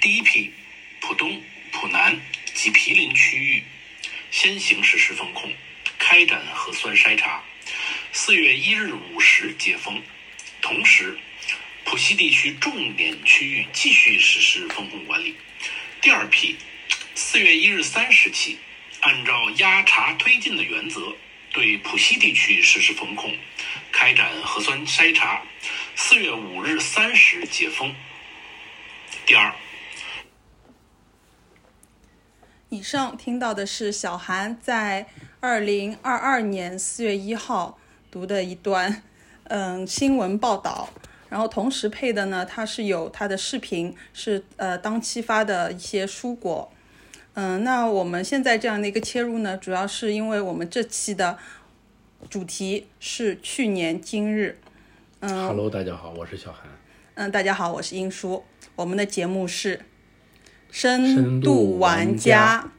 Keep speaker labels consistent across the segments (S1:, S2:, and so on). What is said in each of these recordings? S1: 第一批，浦东、浦南及毗邻区域先行实施封控，开展核酸筛查，四月一日午时解封。同时，浦西地区重点区域继续实施封控管理。第二批，四月一日三时起，按照压查推进的原则，对浦西地区实施封控，开展核酸筛查。四月五日三时解封。第二，
S2: 以上听到的是小韩在二零二二年四月一号读的一段，嗯，新闻报道。然后同时配的呢，它是有它的视频，是呃当期发的一些蔬果。嗯，那我们现在这样的一个切入呢，主要是因为我们这期的主题是去年今日。嗯
S1: Hello，大家好，我是小韩。
S2: 嗯，大家好，我是英叔，我们的节目是
S1: 深
S2: 深
S1: 度
S2: 度
S1: 玩
S2: 玩
S1: 家
S2: 家。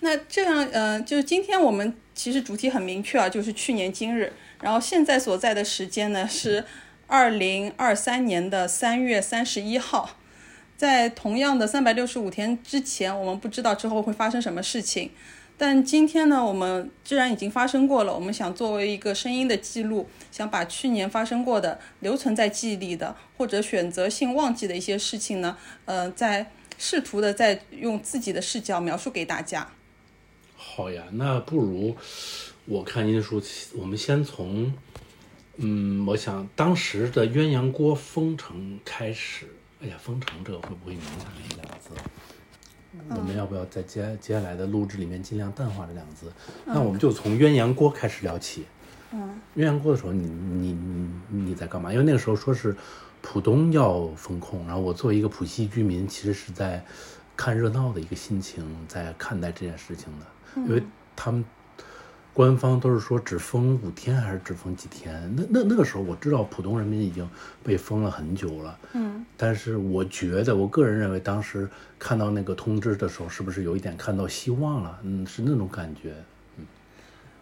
S2: 那这样，呃，就是今天我们其实主题很明确啊，就是去年今日，然后现在所在的时间呢是二零二三年的三月三十一号。在同样的三百六十五天之前，我们不知道之后会发生什么事情，但今天呢，我们既然已经发生过了，我们想作为一个声音的记录，想把去年发生过的、留存在记忆里的，或者选择性忘记的一些事情呢，呃，在试图的再用自己的视角描述给大家。
S1: 好呀，那不如我看音叔，我们先从，嗯，我想当时的鸳鸯锅封城开始。哎呀，封城这个会不会影响这两个字？我们要不要在接接下来的录制里面尽量淡化这两个字？那我们就从鸳鸯锅开始聊起。嗯，鸳鸯锅的时候你，你你你你在干嘛？因为那个时候说是浦东要封控，然后我作为一个浦西居民，其实是在看热闹的一个心情在看待这件事情的，因为他们官方都是说只封五天还是只封几天？那那那个时候我知道浦东人民已经被封了很久了，嗯，但是我觉得我个人认为当时看到那个通知的时候，是不是有一点看到希望了？嗯，是那种感觉。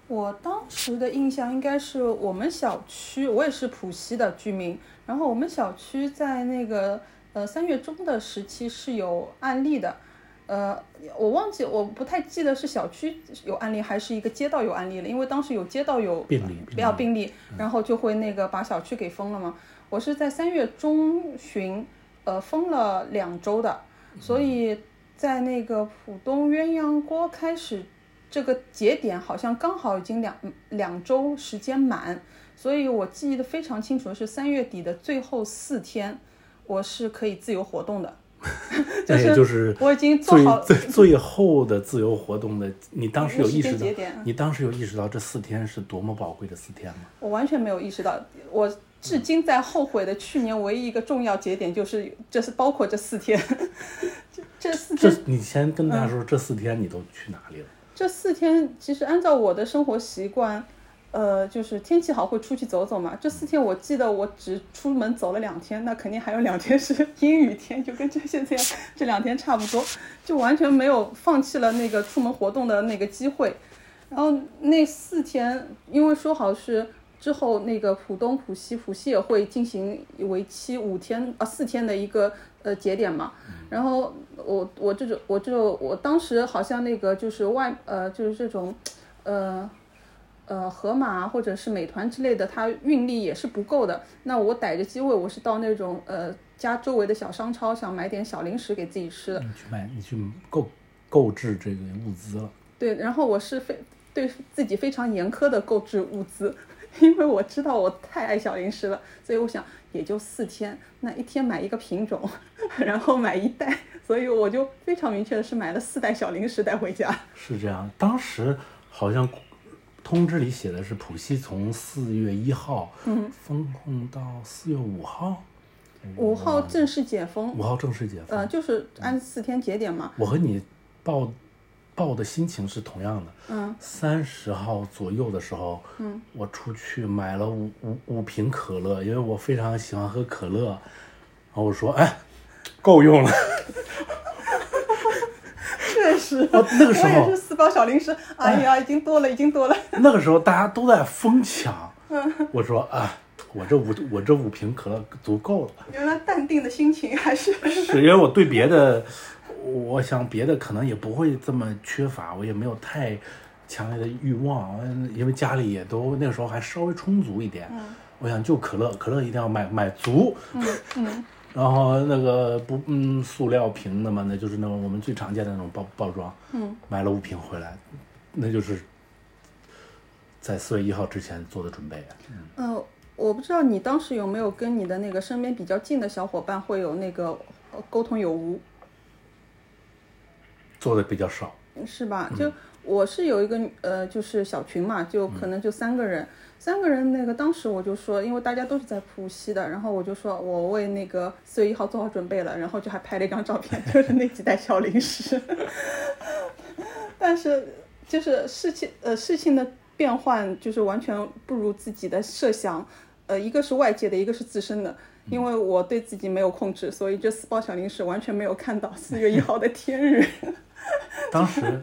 S2: 我当时的印象应该是我们小区，我也是浦西的居民，然后我们小区在那个呃三月中的时期是有案例的，呃，我忘记我不太记得是小区有案例还是一个街道有案例了，因为当时有街道有
S1: 病例
S2: 不要病例，然后就会那个把小区给封了嘛。我是在三月中旬，呃，封了两周的，所以在那个浦东鸳鸯锅开始这个节点好像刚好已经两两周时间满，所以我记忆的非常清楚，是三月底的最后四天，我是可以自由活动的。
S1: 那也哎就是
S2: 我已经做
S1: 最
S2: 好
S1: 最最后的自由活动的，你当时有意识
S2: 时间
S1: 到
S2: 节点，啊
S1: 你当时有意识到这四天是多么宝贵的四天吗？
S2: 我完全没有意识到，我至今在后悔的去年唯一一个重要节点就是，这是包括这四天， 这这嗯四
S1: 这
S2: 天
S1: 你先跟大家说，这四天你都去哪里了？
S2: 这四天，其实按照我的生活习惯，呃，就是天气好会出去走走嘛。这四天我记得我只出门走了两天，那肯定还有两天是阴雨天，就跟这些天这两天差不多，就完全没有放弃了那个出门活动的那个机会。然后那四天，因为说好是之后那个浦东、浦西、浦西也会进行为期五天啊四天的一个呃节点嘛。然后我我这种我就我当时好像那个就是外呃就是这种呃呃盒马啊或者是美团之类的，它运力也是不够的。那我逮着机会，我是到那种呃家周围的小商超，想买点小零食给自己吃的。
S1: 你嗯去买，你去购购置这个物资了。
S2: 对，然后我是非对自己非常严苛的购置物资， 因为我知道我太爱小零食了，所以我想也就四天，那一天买一个品种， 然后买一袋，所以我就非常明确的是买了四袋小零食带回家。
S1: 是这样，当时好像通知里写的是浦西从四月一号
S2: 嗯
S1: 封控到四月五号，哎
S2: 五号正式解封，
S1: 五号正式解封。
S2: 呃，就是按四天节点 嘛。
S1: 我和你报报的心情是同样的。嗯，三十号左右的时候，嗯，我出去买了五五五瓶可乐，因为我非常喜欢喝可乐。然后我说，哎，够用了。
S2: 确实，
S1: 哦那个时
S2: 我也
S1: 候哎
S2: 是四包小零食，哎呀，已经多了，已经多了。嗯
S1: 那个时候大家都在疯抢，我说啊，我这五我这五瓶可乐足够了吧？
S2: 原来淡定的心情还是
S1: 是因为我对别的，我想别的可能也不会这么缺乏，我也没有太强烈的欲望，嗯因为家里也都那个时候还稍微充足一点。我想就可乐，可乐一定要买买足。然后那个不，嗯，塑料瓶的嘛，那就是那种我们最常见的那种包包装。嗯，买了五瓶回来，那就是在四月一号之前做的准备。
S2: 嗯，我不知道你当时有没有跟你的那个身边比较近的小伙伴会有那个呃沟通有无，
S1: 做的比较少，
S2: 是吧？就我是有一个呃，就是小群嘛，就可能就三个人，三个人那个当时我就说，因为大家都是在浦西的，然后我就说我为那个四月一号做好准备了，然后就还拍了一张照片， 就是那几袋小零食。 但是就是事情呃事情的变换就是完全不如自己的设想，呃，一个是外界的，一个是自身的。因为我对自己没有控制，所以这四包小零食完全没有看到四月一号的天日。
S1: 当时，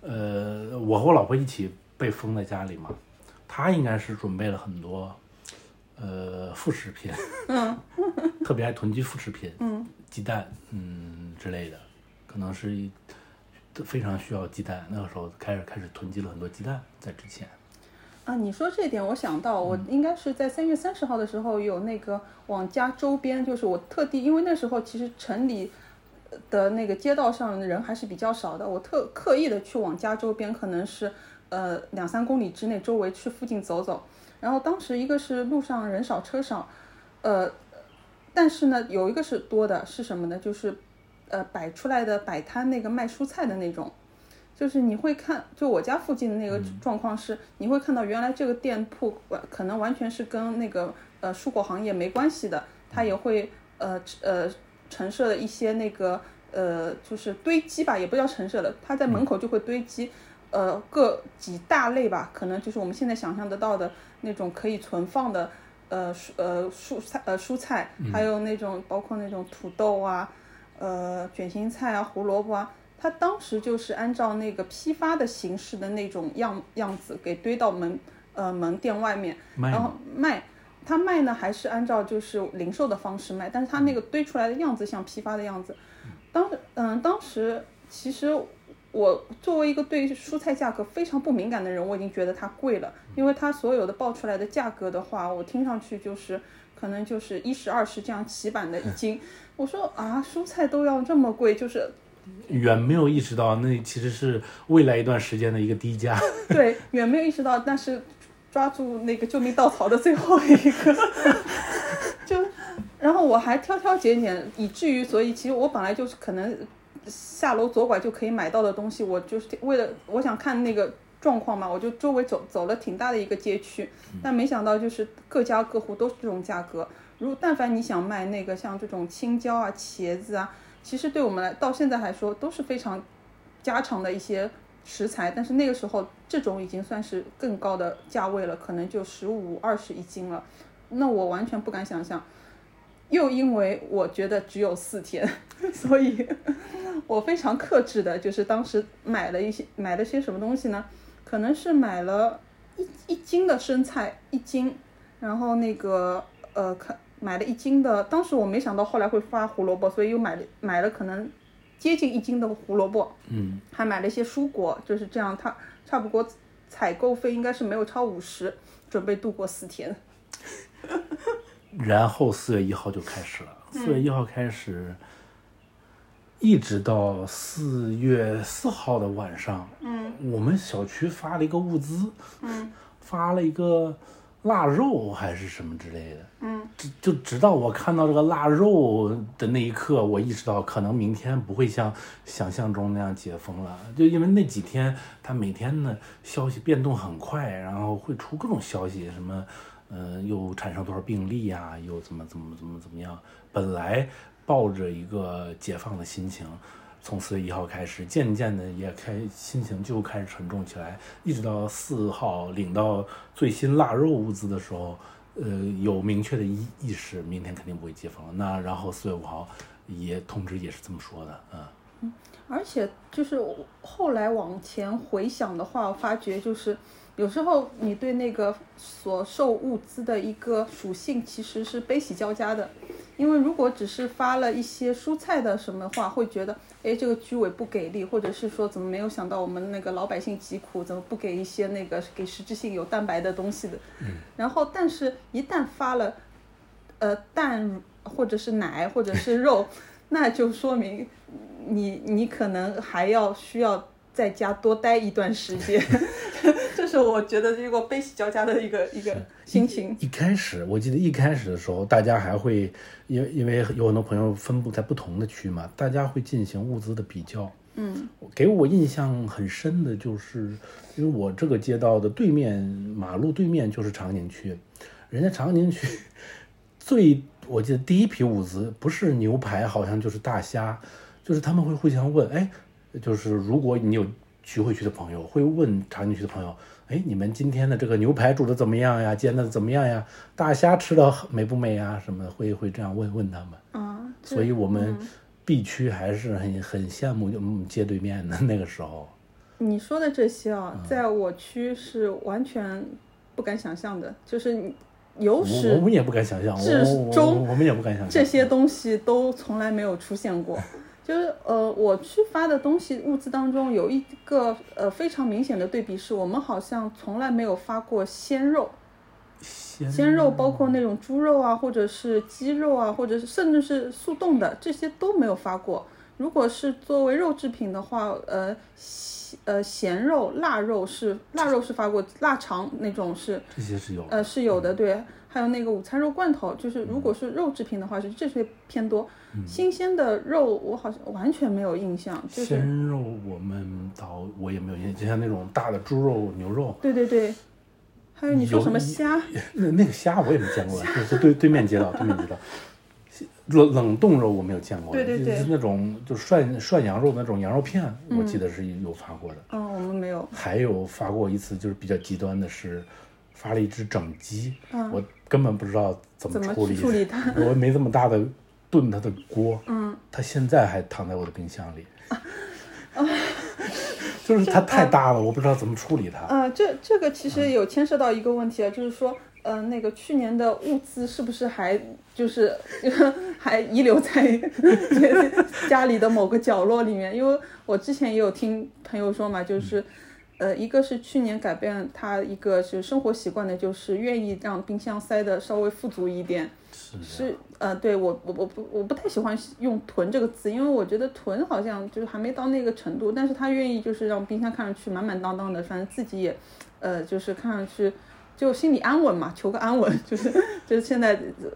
S1: 呃，我和我老婆一起被封在家里嘛，她应该是准备了很多，呃，副食品， 特别爱囤积副食品，嗯，鸡蛋，嗯之类的，可能是一非常需要鸡蛋。那个时候开始开始囤积了很多鸡蛋，在之前，
S2: 啊，你说这点，我想到我应该是在三月三十号的时候有那个往家周边，就是我特地，因为那时候其实城里的那个街道上的人还是比较少的，我特刻意的去往家周边，可能是呃两三公里之内周围去附近走走。然后当时一个是路上人少车少，呃，但是呢有一个是多的，是什么呢？就是呃摆出来的摆摊那个卖蔬菜的那种。就是你会看，就我家附近的那个状况是，你会看到原来这个店铺呃可能完全是跟那个呃蔬果行业没关系的，它也会呃呃陈设了一些那个呃就是堆积吧，也不叫陈设了，它在门口就会堆积，呃各几大类吧，可能就是我们现在想象得到的那种可以存放的呃蔬呃蔬菜呃蔬菜，还有那种包括那种土豆啊，呃卷心菜啊胡萝卜啊。它当时就是按照那个批发的形式的那种样样子给堆到门呃门店外面，
S1: 卖
S2: 然后卖，它卖呢还是按照就是零售的方式卖，但是它那个堆出来的样子像批发的样子。当时嗯，当时其实我作为一个对蔬菜价格非常不敏感的人，我已经觉得它贵了，因为它所有的报出来的价格的话，我听上去就是可能就是一十二十这样起板的一斤。我说啊，蔬菜都要这么贵，就是
S1: 远没有意识到那其实是未来一段时间的一个低价。
S2: 对，远没有意识到，但是抓住那个救命稻草的最后一个， 就，然后我还挑挑拣拣，以至于，所以其实我本来就是可能下楼左拐就可以买到的东西，我就是为了我想看那个状况嘛，我就周围走走了挺大的一个街区，但没想到就是各家各户都是这种价格。如但凡你想卖那个像这种青椒啊、茄子啊，其实对我们来到现在来说都是非常家常的一些食材，但是那个时候这种已经算是更高的价位了，可能就十五二十一斤了。那我完全不敢想象。又因为我觉得只有四天， 所以我非常克制的，就是当时买了一些买了些什么东西呢？可能是买了一一斤的生菜一斤，然后那个呃，看买了一斤的，当时我没想到后来会发胡萝卜，所以又买了买了可能接近一斤的胡萝卜，
S1: 嗯，
S2: 还买了一些蔬果，就是这样，它差不多采购费应该是没有超五十，准备度过四天。
S1: 然后四月一号就开始了，四月一号开始，一直到四月四号的晚上，嗯，我们小区发了一个物资，嗯，发了一个腊肉还是什么之类的，嗯，就直到我看到这个腊肉的那一刻，我意识到可能明天不会像想象中那样解封了，就因为那几天它每天的消息变动很快，然后会出各种消息，什么，呃，又产生多少病例呀、又怎么怎么怎么怎么样。本来抱着一个解放的心情，从四月一号开始，渐渐的也开心情就开始沉重起来，一直到四号领到最新腊肉物资的时候，呃，有明确的意意识，明天肯定不会解封了。那然后四月五号也通知也是这么说的，嗯，
S2: 而且就是我后来往前回想的话，我发觉就是有时候你对那个所售物资的一个属性其实是悲喜交加的，因为如果只是发了一些蔬菜的什么话，会觉得哎这个居委不给力，或者是说怎么没有想到我们那个老百姓疾苦，怎么不给一些那个给实质性有蛋白的东西的。然后，但是一旦发了呃蛋或者是奶或者是肉， 那就说明你你可能还要需要在家多待一段时间， 这是我觉得一个悲喜交加的一个一个心情。
S1: 一开始我记得一开始的时候，大家还会因为因为有很多朋友分布在不同的区嘛，大家会进行物资的比较。
S2: 嗯，
S1: 给我印象很深的就是，因为我这个街道的对面马路对面就是长宁区，人家长宁区 最我记得第一批物资不是牛排，好像就是大虾，就是他们会互相问，哎，就是如果你有徐汇区的朋友，会问长宁区的朋友，哎，你们今天的这个牛排煮的怎么样呀？煎的怎么样呀？大虾吃的美不美呀？什么的会会这样问问他们。
S2: 啊，这
S1: 所以我们 B 区还是很很羡慕就嗯街对面的那个时候。
S2: 你说的这些啊，
S1: 嗯
S2: 在我区是完全不敢想象的，就是你有
S1: 我我
S2: 史
S1: 们也不敢想象，我
S2: 至
S1: 我我
S2: 终
S1: 我们也不敢想象
S2: 这些东西都从来没有出现 过。就是呃，我去发的东西物资当中有一个呃非常明显的对比，是我们好像从来没有发过鲜肉。
S1: 鲜
S2: 鲜肉包括那种猪肉啊，或者是鸡肉啊，或者是甚至是速冻的，这些都没有发过。如果是作为肉制品的话，呃，咸呃咸肉、腊肉是腊肉是发过，腊肠那种是
S1: 这些是有的
S2: 呃是有的，对。还有那个午餐肉罐头，就是如果是肉制品的话，是这些偏多。新鲜的肉我好像完全没有印象，就是
S1: 鲜肉，我们倒我也没有印象，就像那种大的猪肉、牛肉，
S2: 对对对。还有你说
S1: 有
S2: 什么
S1: 一
S2: 虾？
S1: 那那个虾我也没见过，就是对对面 街道，对面街道。冷冷冻肉我没有见过，
S2: 对对对
S1: 就是那种就是涮涮羊肉那种羊肉片，我记得是有发过的。
S2: 嗯，我们没有。
S1: 还有发过一次，就是比较极端的是，发了一只整鸡，我根本不知道怎么
S2: 嗯怎么
S1: 处理，
S2: 去处理它
S1: 我也没这么大的炖它的锅，
S2: 嗯，
S1: 它现在还躺在我的冰箱 里，
S2: 哦
S1: 就是它太大了，我不知道怎么处理它。
S2: 呃，这这个其实有牵涉到一个问题啊，就是说，呃，那个去年的物资是不是还就是 还遗留在家里的某个角落里面？因为我之前也有听朋友说嘛，就是。呃，一个是去年改变他一个是生活习惯的，就是愿意让冰箱塞的稍微富足一点，是呃，对我我我不我不太喜欢用“囤”这个词，因为我觉得“囤”好像就是还没到那个程度。但是他愿意就是让冰箱看上去满满当当的，反正自己也，呃，就是看上去就心里安稳嘛，求个安稳， 就是就是现在呃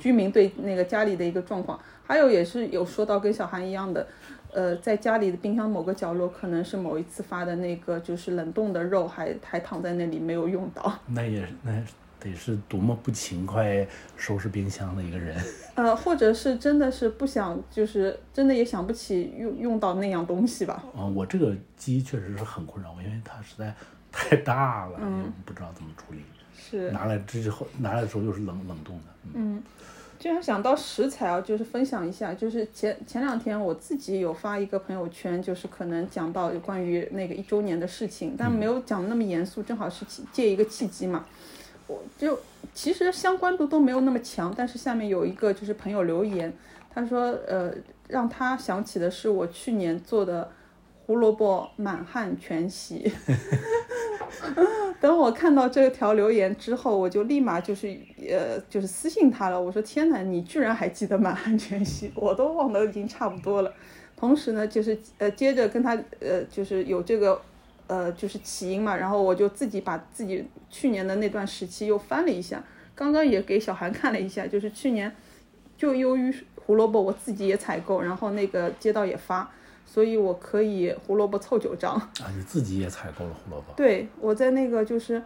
S2: 居民对那个家里的一个状况。还有也是有说到跟小韩一样的，呃，在家里的冰箱某个角落，可能是某一次发的那个就是冷冻的肉还还躺在那里没有用到。
S1: 那也那得是多么不勤快收拾冰箱的一个人。
S2: 呃，或者是真的是不想，就是真的也想不起用用到那样东西吧。
S1: 啊、我这个鸡确实是很困扰我，因为它实在太大了，
S2: 嗯
S1: 也不知道怎么处理。
S2: 是，
S1: 拿来之后，拿来的时候又是冷冷冻的。嗯
S2: 居然想到食材啊，就是分享一下，就是前前两天我自己有发一个朋友圈，就是可能讲到有关于那个一周年的事情，但没有讲那么严肃，正好是契借一个契机嘛。我就其实相关度都没有那么强，但是下面有一个就是朋友留言，他说呃，让他想起的是我去年做的胡萝卜满汉全席。等我看到这条留言之后，我就立马就是呃，就是私信他了。我说：“天哪，你居然还记得满汉全席，我都忘得已经差不多了。”同时呢，就是呃，接着跟他呃，就是有这个呃，就是起因嘛，然后我就自己把自己去年的那段时期又翻了一下，刚刚也给小韩看了一下，就是去年就由于胡萝卜我自己也采购，然后那个街道也发，所以我可以胡萝卜凑九张。
S1: 啊，你自己也采购了胡萝卜，
S2: 对，我在那个就是，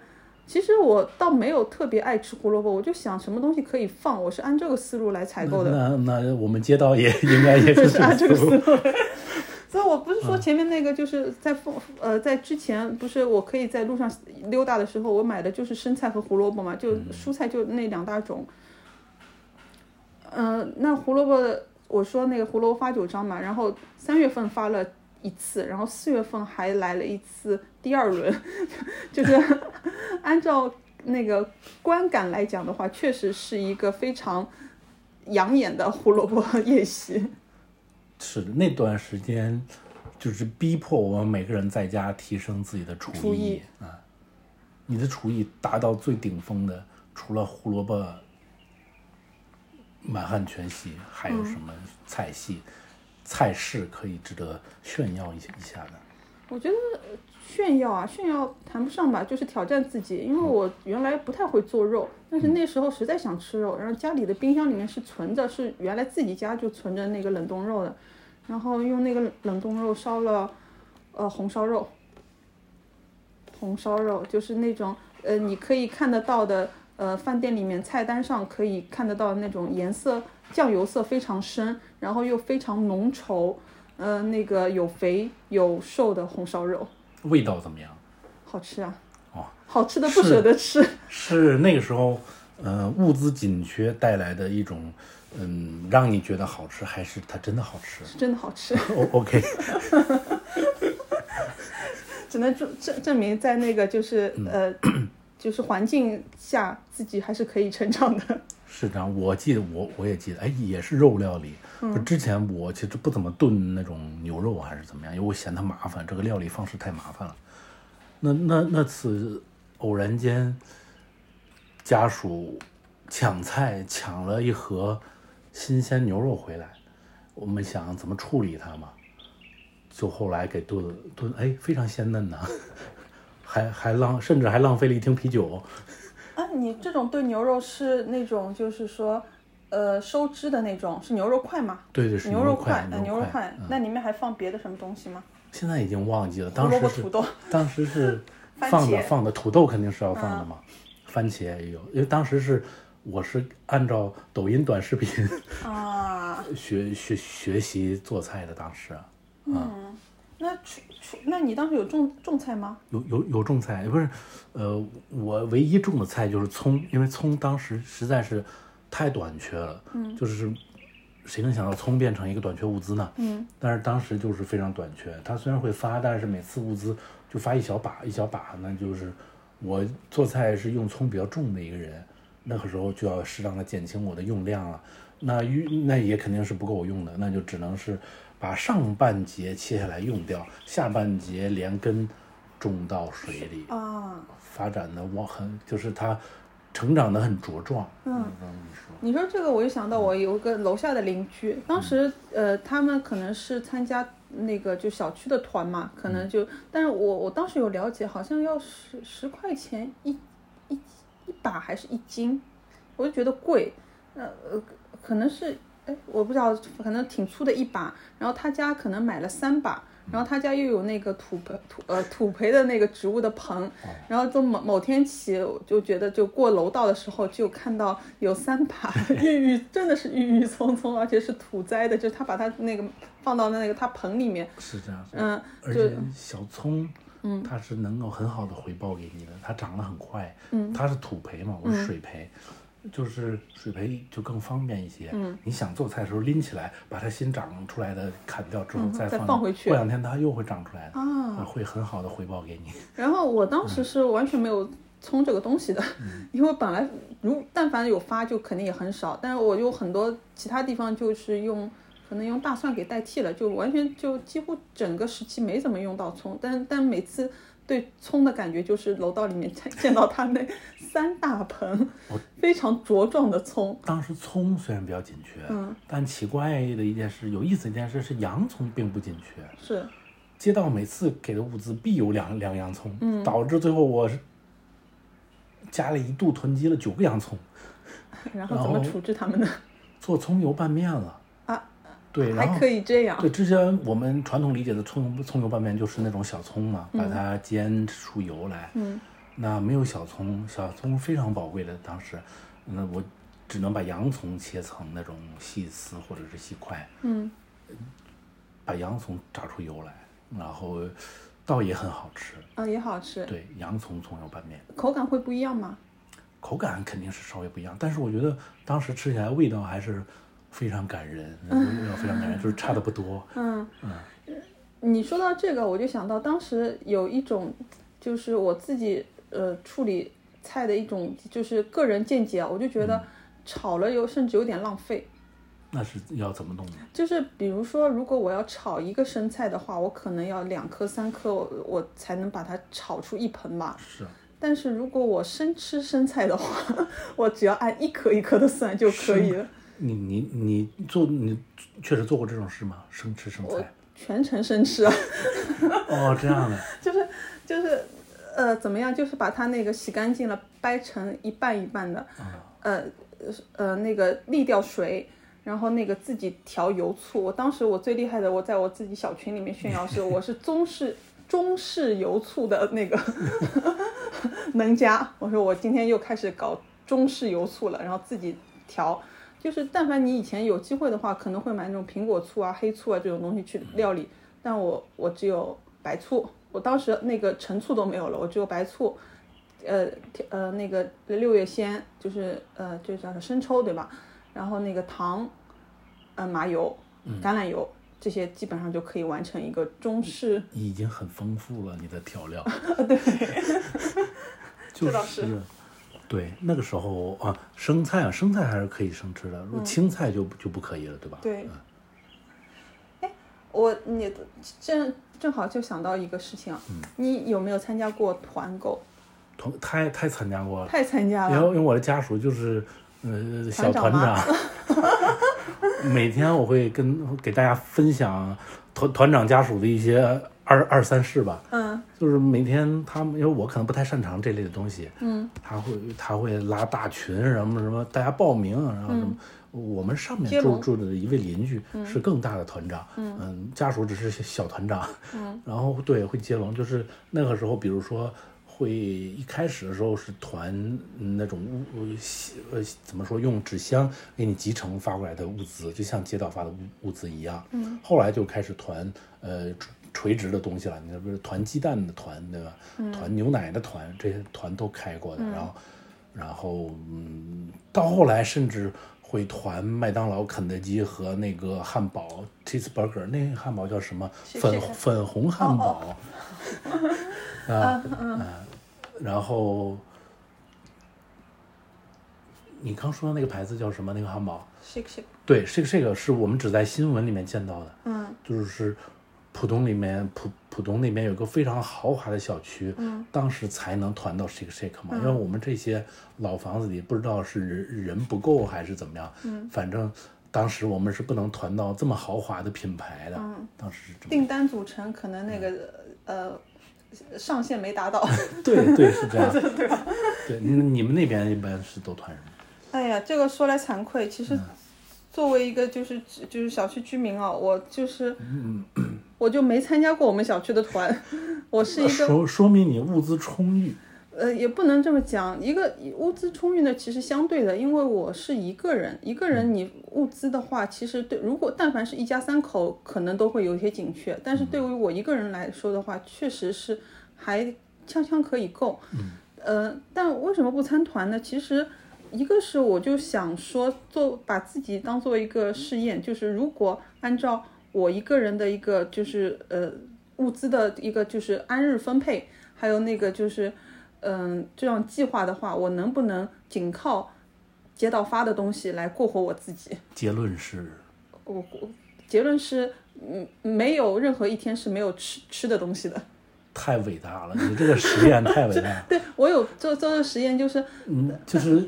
S2: 其实我倒没有特别爱吃胡萝卜，我就想什么东西可以放，我是按这个思路来采购的，啊
S1: 那那我们街道也应该也
S2: 就是是按这
S1: 这
S2: 个
S1: 个
S2: 思
S1: 思路。
S2: 路来。所以我不是说前面那个就是在放呃在之前不是我可以在路上溜达的时候，我买的就是生菜和胡萝卜呃嘛，就蔬菜就那两大种。嗯、那胡萝卜我说那个《胡萝卜发九章》嘛，然后三月份发了一次，然后四月份还来了一次第二轮， 就是按照那个观感来讲的话，确实是一个非常养眼的胡萝卜宴席。
S1: 是的，那段时间就是逼迫我们每个人在家提升自己的厨艺
S2: 厨艺
S1: 啊，你的厨艺达到最顶峰的，除了胡萝卜满汉全席，还
S2: 嗯
S1: 有什么菜系、菜式可以值得炫耀一下一下的？
S2: 我觉得呃炫耀啊，炫耀谈不上吧，就是挑战自己。因为我原来不太会做肉，但是那时候实在想吃肉，然后家里的冰箱里面是存着，是原来自己家就存着那个冷冻肉的，然后用那个冷冻肉烧了，呃，红烧肉，红烧肉就是那种呃，你可以看得到的，呃，饭店里面菜单上可以看得到那种颜色酱油色非常深，然后又非常浓稠，呃，那个有肥有瘦的红烧肉，
S1: 味道怎么样？
S2: 好吃啊！
S1: 哦，
S2: 好吃的不舍得吃。
S1: 是那个时候，呃，物资紧缺带来的一种，嗯，让你觉得好吃，还是它真的好吃
S2: 真的好吃，
S1: ？O OK，
S2: 只能证证证明在那个就是
S1: 嗯
S2: 呃，就是环境下自己还是可以成长的。
S1: 是这样。我记得我我也记得，哎，也是肉料理。
S2: 嗯
S1: 就之前我其实不怎么炖那种牛肉啊还是怎么样，因为我嫌它麻烦，这个料理方式太麻烦了。那那那次偶然间，家属抢菜抢了一盒新鲜牛肉回来，我们想怎么处理它嘛，就后来给炖了炖，哎，非常鲜嫩呐、 还还浪甚至还浪费了一听啤酒。
S2: 啊，你这种炖牛肉是那种就是说，呃，收汁的那种，是牛肉块吗？
S1: 对对，是
S2: 牛
S1: 肉
S2: 块，呃，
S1: 牛
S2: 牛肉
S1: 块嗯
S2: 块，，那里面还放别的什么东西吗？
S1: 现在已经忘记了，当
S2: 萝
S1: 时
S2: 卜
S1: 是
S2: 土豆
S1: 当时是
S2: 番
S1: 放的
S2: 茄嗯
S1: 放的土豆肯定是要放的嘛，番茄也有，因为当时是我是按照抖音短视频
S2: 啊，
S1: 学学学习做菜的，当时啊
S2: 那除除，那你当时有种种菜吗？
S1: 有有有种菜，不是，呃，我唯一种的菜就是葱，因为葱当时实在是太短缺了，嗯，就是谁能想到葱变成一个短缺物资呢？
S2: 嗯，
S1: 但是当时就是非常短缺，它虽然会发，但是每次物资就发一小把一小把，那就是我做菜是用葱比较重的一个人，那个时候就要适当的减轻我的用量了，那用那也肯定是不够我用的，那就只能是把上半截切下来用掉，下半截连根种到水里，
S2: 啊，
S1: 发展的我很就是它成长的很茁壮，
S2: 嗯
S1: 我跟你说，
S2: 你说这个，我就想到我有个楼下的邻居，当时呃，他们可能是参加那个就小区的团嘛，可能就，但是我我当时有了解，好像要十十块钱一一一把还是一斤，我就觉得贵，呃呃，可能是哎，我不知道，可能挺粗的一把，然后他家可能买了三把。然后他家又有那个土培土呃土培的那个植物的盆，然后就某某天起，我就觉得就过楼道的时候就看到有三把 郁郁，真的是郁郁葱葱，而且是土栽的，就是他把它那个放到那个他盆里面，
S1: 是这样，
S2: 嗯，
S1: 而
S2: 就
S1: 且小葱，嗯，它是能够很好的回报给你的，它长得很快，嗯，它是土培嘛，我是水培，就是水培就更方便一些，嗯，你想做菜的时候拎起来，把它新长出来的砍掉之后
S2: 嗯
S1: 再
S2: 再
S1: 放，
S2: 放回去
S1: 过两天它又会长出来的，
S2: 啊
S1: 会很好的回报给你，
S2: 然后我当时是完全没有充这个东西的，
S1: 嗯
S2: 因为本来如但凡有发就肯定也很少，但是我有很多其他地方就是用可能用大蒜给代替了，就完全就几乎整个时期没怎么用到葱，但但每次对葱的感觉就是楼道里面见见到它那三大盆
S1: 哦
S2: 非常茁壮的葱，
S1: 当时葱虽然比较紧缺，嗯，但奇怪的一件事，有意思的一件事是洋葱并不紧缺，
S2: 是
S1: 街道每次给的物资必有两两洋葱，
S2: 嗯
S1: 导致最后我是家里一度囤积了九个洋葱，
S2: 然后怎么
S1: 然后
S2: 处置它们呢？
S1: 做葱油拌面了
S2: 啊。
S1: 对，然
S2: 还
S1: 后
S2: 可以这样，
S1: 对之前我们传统理解的葱油葱油拌面就是那种小葱嘛，把它煎出油来。
S2: 嗯，
S1: 那没有小葱，小葱非常宝贵的，当时，那我只能把洋葱切成那种细丝或者是细块，
S2: 嗯，
S1: 把洋葱炸出油来，然后倒也很好吃。
S2: 啊也好吃，
S1: 对，洋葱葱油拌面。
S2: 口感会不一样吗？
S1: 口感肯定是稍微不一样，但是我觉得当时吃起来味道还是非常感人，没有非常感人，就是差的不多。
S2: 嗯，你说到这个，我就想到当时有一种，就是我自己呃处理菜的一种，就是个人见解啊，我就觉得炒了有甚至有点浪费。
S1: 那是要怎么弄呢？
S2: 就是比如说，如果我要炒一个生菜的话，我可能要两颗、三颗，我我才能把它炒出一盆吧。
S1: 是啊
S2: 但是如果我生吃生菜的话， 我只要按一颗一颗的算就可以了。
S1: 你你你做你确实做过这种事吗？生吃生菜？
S2: 全程生吃啊，
S1: 哦，这样的。
S2: 就是就是呃怎么样，就是把它那个洗干净了，掰成一半一半的，呃呃那个沥掉水。然后那个自己调油醋，我当时我最厉害的，我在我自己小群里面炫耀是我是中式中式油醋的那个 能家，我说我今天又开始搞中式油醋了，然后自己调，就是但凡你以前有机会的话，可能会买那种苹果醋啊、黑醋啊这种东西去料理，但我我只有白醋，我当时那个陈醋都没有了，我只有白醋，呃调呃那个六月鲜就是呃就叫生抽对吧？然后那个糖，呃麻油、橄榄油这些基本上就可以完成一个中式
S1: 已经很丰富了，你的调料。
S2: 这
S1: 对，
S2: 倒
S1: 就是是，对，那个时候啊，生菜啊，生菜还是可以生吃的，如果青菜就就不可以了，对吧？
S2: 对哎我你正正好就想到一个事情啊，你有没有参加过团购？
S1: 同太太参加过了，
S2: 太参加
S1: 然
S2: 了，
S1: 后因为我的家属就是呃小团
S2: 团长
S1: 长， 每天我会跟给大家分享团团长家属的一些二二三事吧。
S2: 嗯
S1: 就是每天他们，因为我可能不太擅长这类的东西，
S2: 嗯，
S1: 他会他会拉大群，什么什么，大家报名，啊然后
S2: 嗯
S1: 什么。我们上面
S2: 接
S1: 住
S2: 龙
S1: 住的一位邻居是更大的团长，嗯家属只是小团长，嗯，然后对会接龙，就是那个时候，比如说会一开始的时候是团嗯那种物呃西呃怎么说用纸箱给你集成发过来的物资，就像街道发的物物资一样，嗯，后来就开始团呃垂垂直的东西了，你这不是团鸡蛋的团对吧？团牛奶的团这些团都开过的，然后。然后嗯，到后来甚至会团麦当劳、肯德基和那个汉堡 cheeseburger，那个汉堡叫什么？
S2: 是
S1: 粉
S2: 是哦是
S1: 粉红汉堡。 啊，嗯，然后你刚说的那个牌子叫什么？那个汉堡？
S2: ，shake shake，
S1: 对，这个这个是我们只在新闻里面见到的。
S2: 嗯
S1: 就是浦东里面浦浦东那边有个非常豪华的小区，
S2: 嗯
S1: 当时才能团到 Shake Shake 嘛，因为我们这些老房子里不知道是人人不够还是怎么样，
S2: 嗯
S1: 反正当时我们是不能团到这么豪华的品牌的，
S2: 嗯，
S1: 当时是这么
S2: 订单组成可能那个呃上限没达到，
S1: 对对是这样， 对你你们那边一般是都团什么？
S2: 哎呀，这个说来惭愧，其实作为一个就是就是小区居民啊，我就是我就没参加过我们小区的团，我是一个
S1: 说说明你物资充裕，
S2: 呃也不能这么讲，一个物资充裕呢，其实相对的，因为我是一个人，一个人你物资的话，其实对如果但凡是一家三口，可能都会有一些紧缺，但是对于我一个人来说的话，确实是还锵锵可以够。呃，但为什么不参团呢？其实一个是我就想说做把自己当做一个试验，就是如果按照我一个人的一个就是呃物资的一个就是按日分配，还有那个就是嗯、这样计划的话，我能不能仅靠街道发的东西来过活我自己？
S1: 结论是
S2: 我我结论是，嗯，没有任何一天是没有吃吃的东西的。
S1: 太伟大了，你这个实验太伟大了。
S2: 对我有做做的实验，就是
S1: 嗯，就是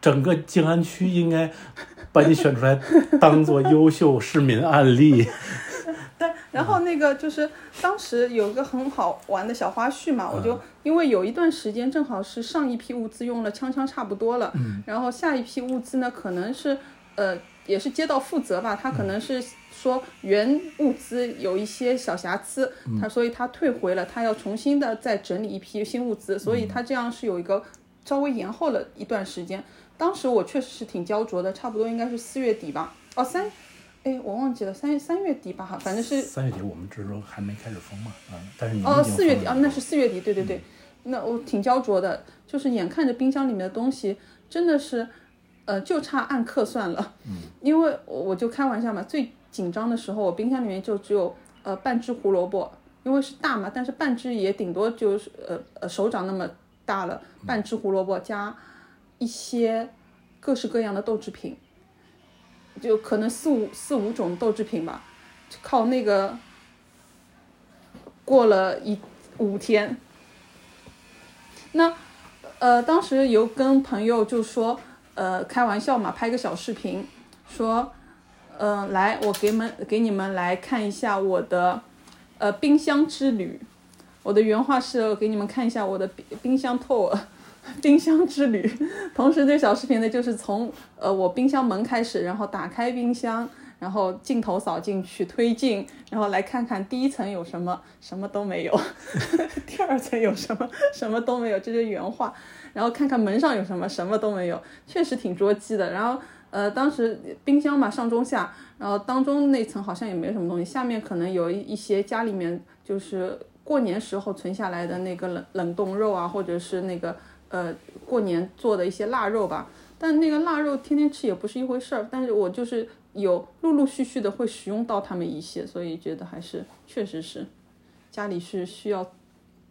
S1: 整个静安区应该把你选出来当做优秀市民案例。
S2: 对，然后那个就是当时有一个很好玩的小花絮嘛，我就因为有一段时间正好是上一批物资用了锵锵差不多了，然后下一批物资呢可能是呃也是街道负责吧，他可能是说原物资有一些小瑕疵，他所以他退回了，他要重新的再整理一批新物资，所以他这样是有一个稍微延后了一段时间。当时我确实是挺焦灼的，差不多应该是四月底吧，哦三。哎，我忘记了，三月三月底吧，反正是
S1: 三月底我们这时候还没开始封嘛，啊，但是你们已
S2: 哦，
S1: 经
S2: 四月底
S1: 封了
S2: 啊，那是四月底，对对对，那我挺焦灼的，就是眼看着冰箱里面的东西真的是呃，就差按克算了。嗯，因为我我就开玩笑嘛，最紧张的时候，我冰箱里面就只有呃半只胡萝卜，因为是大嘛，但是半只也顶多就是呃呃手掌那么大了，半只胡萝卜加一些各式各样的豆制品，就可能四五四五种豆制品吧，就靠那个过了一五天。那呃，当时有跟朋友就说，呃，开玩笑嘛，拍个小视频，说，呃，来，我给们给你们来看一下我的，呃，冰箱之旅。我的原话是我给你们看一下我的冰冰箱 tour，冰 箱之旅。同时，这小视频呢，就是从呃我冰箱门开始，然后打开冰箱，然后镜头扫进去推进，然后来看看第一层有什么，什么都没有； 第二层有什么，什么都没有，这是原话。然后看看门上有什么，什么都没有，确实挺捉鸡的。然后呃，当时冰箱嘛，上中下，然后当中那层好像也没什么东西，下面可能有一一些家里面就是过年时候存下来的那个冷冷冻肉啊，或者是那个呃过年做的一些腊肉吧。但那个腊肉天天吃也不是一回事儿，但是我就是有陆陆续续的会使用到它们一些，所以觉得还是确实是家里是需要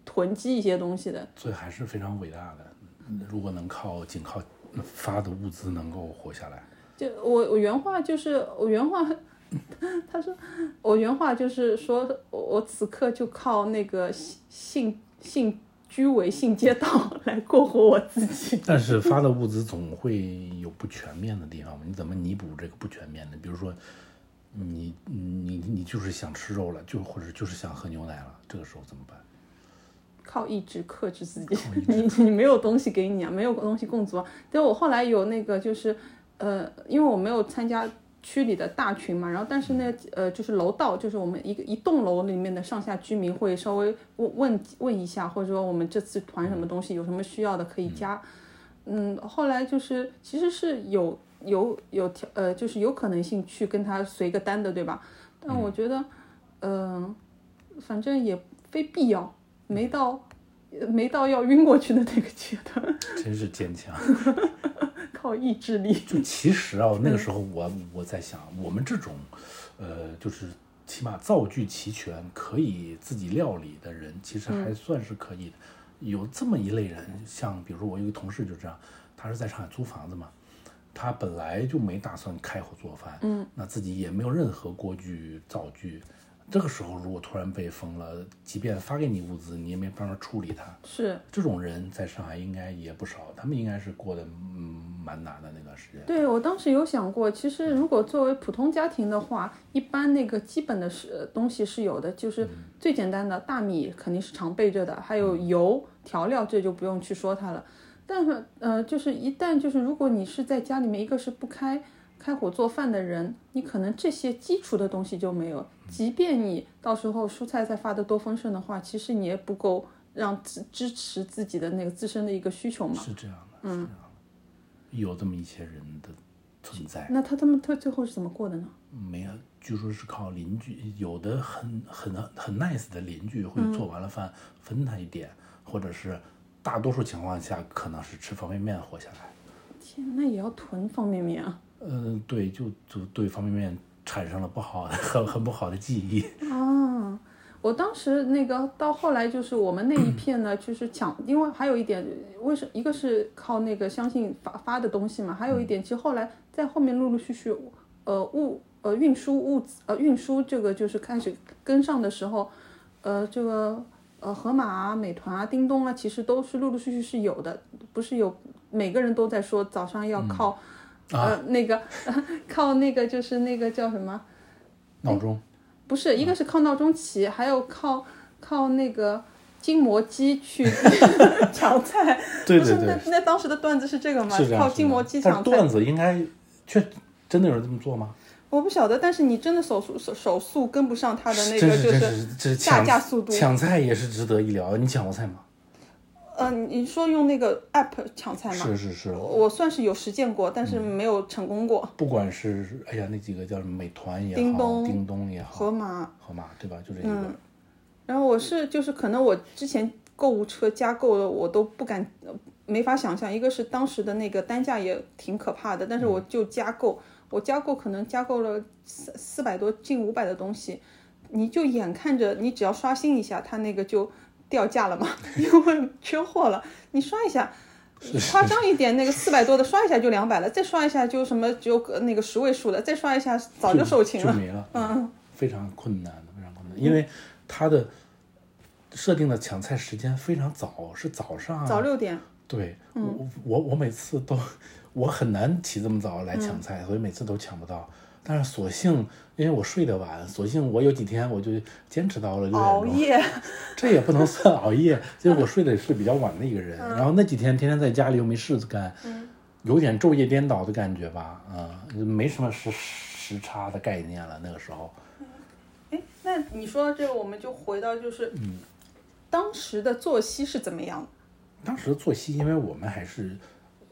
S2: 囤积一些东西的。
S1: 所以还是非常伟大的。嗯如果能靠仅靠发的物资能够活下来，
S2: 就我我原话就是我原话， 他说我原话就是说我我此刻就靠那个信信信居委信街道来过活我自己。
S1: 但是发的物资总会有不全面的地方嘛？你怎么弥补这个不全面呢？比如说，你你你就是想吃肉了，就或者就是想喝牛奶了，这个时候怎么办？
S2: 靠意志克制自己，你 你没有东西给你啊，没有东西供足啊。但我后来有那个就是，呃，因为我没有参加区里的大群嘛，然后但是呢，呃，就是楼道，就是我们一个一栋楼里面的上下居民会稍微问问问一下，或者说我们这次团什么东西有什么需要的可以加。嗯，后来就是其实是有有有条呃，就是有可能性去跟他随个单的，对吧？但我觉得，嗯、反正也非必要。没到呃没到要晕过去的那个阶段，
S1: 真是坚强。
S2: 靠意志力。
S1: 就其实啊，那个时候我我在想，我们这种，呃，就是起码造句齐全，可以自己料理的人，其实还算是可以的。有这么一类人，像比如说我有一个同事就这样，他是在上海租房子嘛，他本来就没打算开火做饭，嗯，那自己也没有任何锅具灶具。这个时候，如果突然被封了，即便发给你物资，你也没办法处理它。
S2: 是
S1: 这种人在上海应该也不少，他们应该是过得嗯蛮难的那段时间。
S2: 对我当时有想过，其实如果作为普通家庭的话，一般那个基本的是呃东西是有的，就是最简单的大米肯定是常备着的，还有油调料这就不用去说它了。但是呃，就是一旦就是如果你是在家里面，一个是不开开火做饭的人，你可能这些基础的东西就没有。即便你到时候蔬菜再发的多丰盛的话，其实你也不够让支支持自己的那个自身的一个需求嘛。
S1: 是这样
S2: 嗯
S1: 的，是这样的，有这么一些人的存在，
S2: 那他他们他最后是怎么过的呢？
S1: 没有，据说是靠邻居，有的很很很 nice 的邻居会
S2: 嗯
S1: 做完了饭、分他一点，或者是大多数情况下可能是吃方便面活下来。
S2: 天，那也要囤方便面啊！
S1: 嗯、对，就就对方便面产生了不好的 很很不好的记忆。
S2: 啊，我当时那个到后来就是我们那一片呢，就是抢，因为还有一点，为什一个是靠那个相信发发的东西嘛，还有一点其实后来在后面陆陆续续，呃物呃运输物资呃运输这个就是开始跟上的时候，呃这个呃盒马啊、美团啊、叮咚啊，其实都是陆陆续续是有的，不是有每个人都在说早上要靠。呃，那个、 靠那个就是那个叫什么？
S1: 闹
S2: 嗯
S1: 钟
S2: 不是，一个是靠闹钟起，还有靠靠那个筋膜机去 抢菜。
S1: 对
S2: 不是
S1: 对对
S2: 那那当时的段子是这个吗？
S1: 是这样，
S2: 靠
S1: 是
S2: 筋
S1: 这
S2: 膜
S1: 样
S2: 机
S1: 但
S2: 抢菜。
S1: 段子应该确真的有人这么做吗？
S2: 我不晓得，但是你真的手速手手速跟不上他的那
S1: 真
S2: 个
S1: 是
S2: 就
S1: 真是这是
S2: 下
S1: 抢
S2: 架速度。
S1: 抢菜也是值得一聊。你抢过菜吗？
S2: 呃，你说用那个 app 抢菜吗？
S1: 是是是，
S2: 我算是有实践过，但是没有成功过。
S1: 不管是哎呀那几个叫什么美团也好，
S2: 哦叮
S1: 叮
S2: 咚嗯
S1: 咚也好，
S2: 河马
S1: 盒马对吧？就这一个，
S2: 然后我是就是可能我之前购物车加购的我都不敢，呃没法想象，一个是当时的那个单价也挺可怕的，但是我
S1: 嗯
S2: 就加购，我加购可能加购了四四百多近五百的东西，你就眼看着你只要刷新一下，它那个就掉价了嘛， 因为缺货了，你刷一下。夸张一点，那个四百多的刷一下就两百了，再刷一下就什么只有个那个十位数了，再刷一下早就售罄
S1: 就
S2: 了。
S1: 没了，嗯，非常困难的，非常困难，因为它的设定的抢菜时间非常早，是早上，啊
S2: 早嗯六点，
S1: 对，我我我每次都 我很难起这么早来抢菜，所以每次都抢不到。但是索性因为我睡得晚，索性我有几天我就坚持到了六点
S2: 熬
S1: 钟，
S2: 夜，
S1: 这也不能算熬夜，就是我睡得也是比较晚的一个人。
S2: 嗯
S1: 然后那几天天天在家里又没事干，有点昼夜颠倒的感觉吧，啊、没什么时时差的概念了。那个时候，
S2: 哎，那你说到这个，我们就回到就是，当时的作息是怎么样的？
S1: 当时的作息，因为我们还是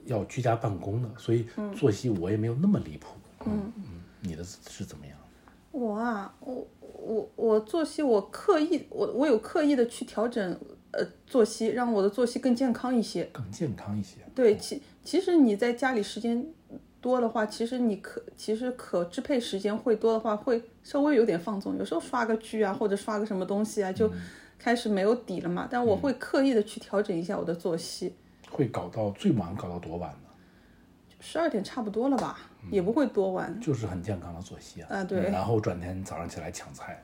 S1: 要居家办公的，所以
S2: 嗯
S1: 作息我也没有那么离谱。嗯嗯，你的是怎么样？
S2: 我啊，我我我作息，我刻意，我我有刻意的去调整呃作息，让我的作息更健康一些。
S1: 更健康一些。
S2: 对，其其实你在家里时间多的话，其实你可其实可支配时间会多的话，会稍微有点放纵，有时候刷个剧啊，或者刷个什么东西啊，就开始没有底了嘛。但我会刻意的去调整一下我的作息，
S1: 会搞到最晚搞到多晚呢？
S2: 十二点差不多了吧，也不会多晚。
S1: 就是很健康的作息啊。
S2: 啊对
S1: 嗯然后转天早上起来抢菜，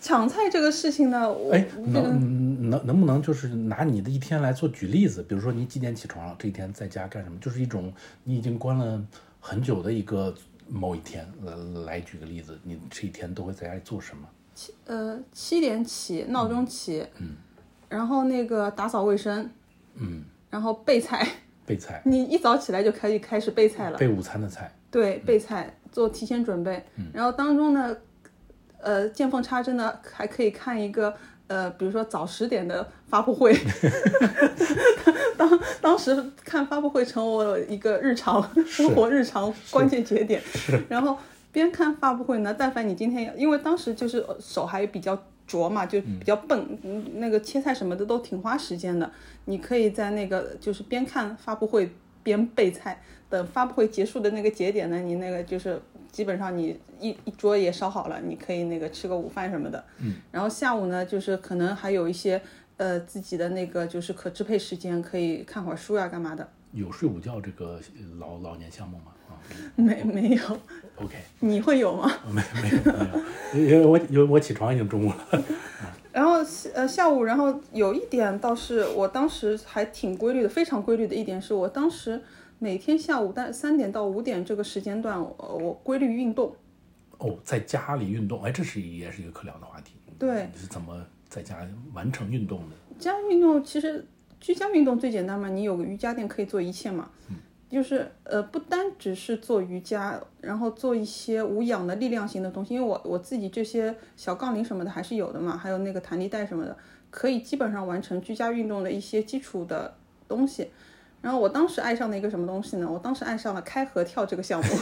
S2: 抢菜这个事情呢，我
S1: 哎，
S2: 这个
S1: 能能能不能就是拿你的一天来做举例子？比如说你几点起床了？这一天在家干什么？就是一种你已经关了很久的一个某一天，来来举个例子，你这一天都会在家里做什么？
S2: 呃七点起闹钟起，然后那个打扫卫生，
S1: 嗯，
S2: 然后备菜，
S1: 备菜，
S2: 你一早起来就可以开始备菜了。
S1: 备午餐的菜，
S2: 对，备菜做提前准备，然后当中呢，呃，见缝插针的还可以看一个呃，比如说早十点的发布会， 当当时看发布会成我一个日常生活日常关键节点，然后边看发布会呢，但凡你今天因为当时就是呃手还比较。拙嘛，就比较笨，嗯那个切菜什么的都挺花时间的。你可以在那个就是边看发布会边备菜，等发布会结束的那个节点呢，你那个就是基本上你一一桌也烧好了，你可以那个吃个午饭什么的。嗯，然后下午呢，就是可能还有一些呃自己的那个就是可支配时间，可以看会儿书呀、干嘛的。
S1: 有睡午觉这个老老年项目吗？啊
S2: 没没有，
S1: ，OK，
S2: 你会有吗？
S1: 没没有没有，因为我因为我起床已经中午了。
S2: 然后呃下午，然后有一点倒是我当时还挺规律的，非常规律的一点是我当时每天下午但三点到五点这个时间段，我我规律运动。
S1: 哦，在家里运动，哎，这是一也是一个可聊的话题。
S2: 对，
S1: 你是怎么在家完成运动的？
S2: 家运动其实居家运动最简单嘛，你有个瑜伽垫可以做一切嘛。就是呃，不单只是做瑜伽，然后做一些无氧的力量型的东西，因为我我自己这些小杠铃什么的还是有的嘛，还有那个弹力带什么的，可以基本上完成居家运动的一些基础的东西。然后我当时爱上了一个什么东西呢？我当时爱上了开合跳这个项目。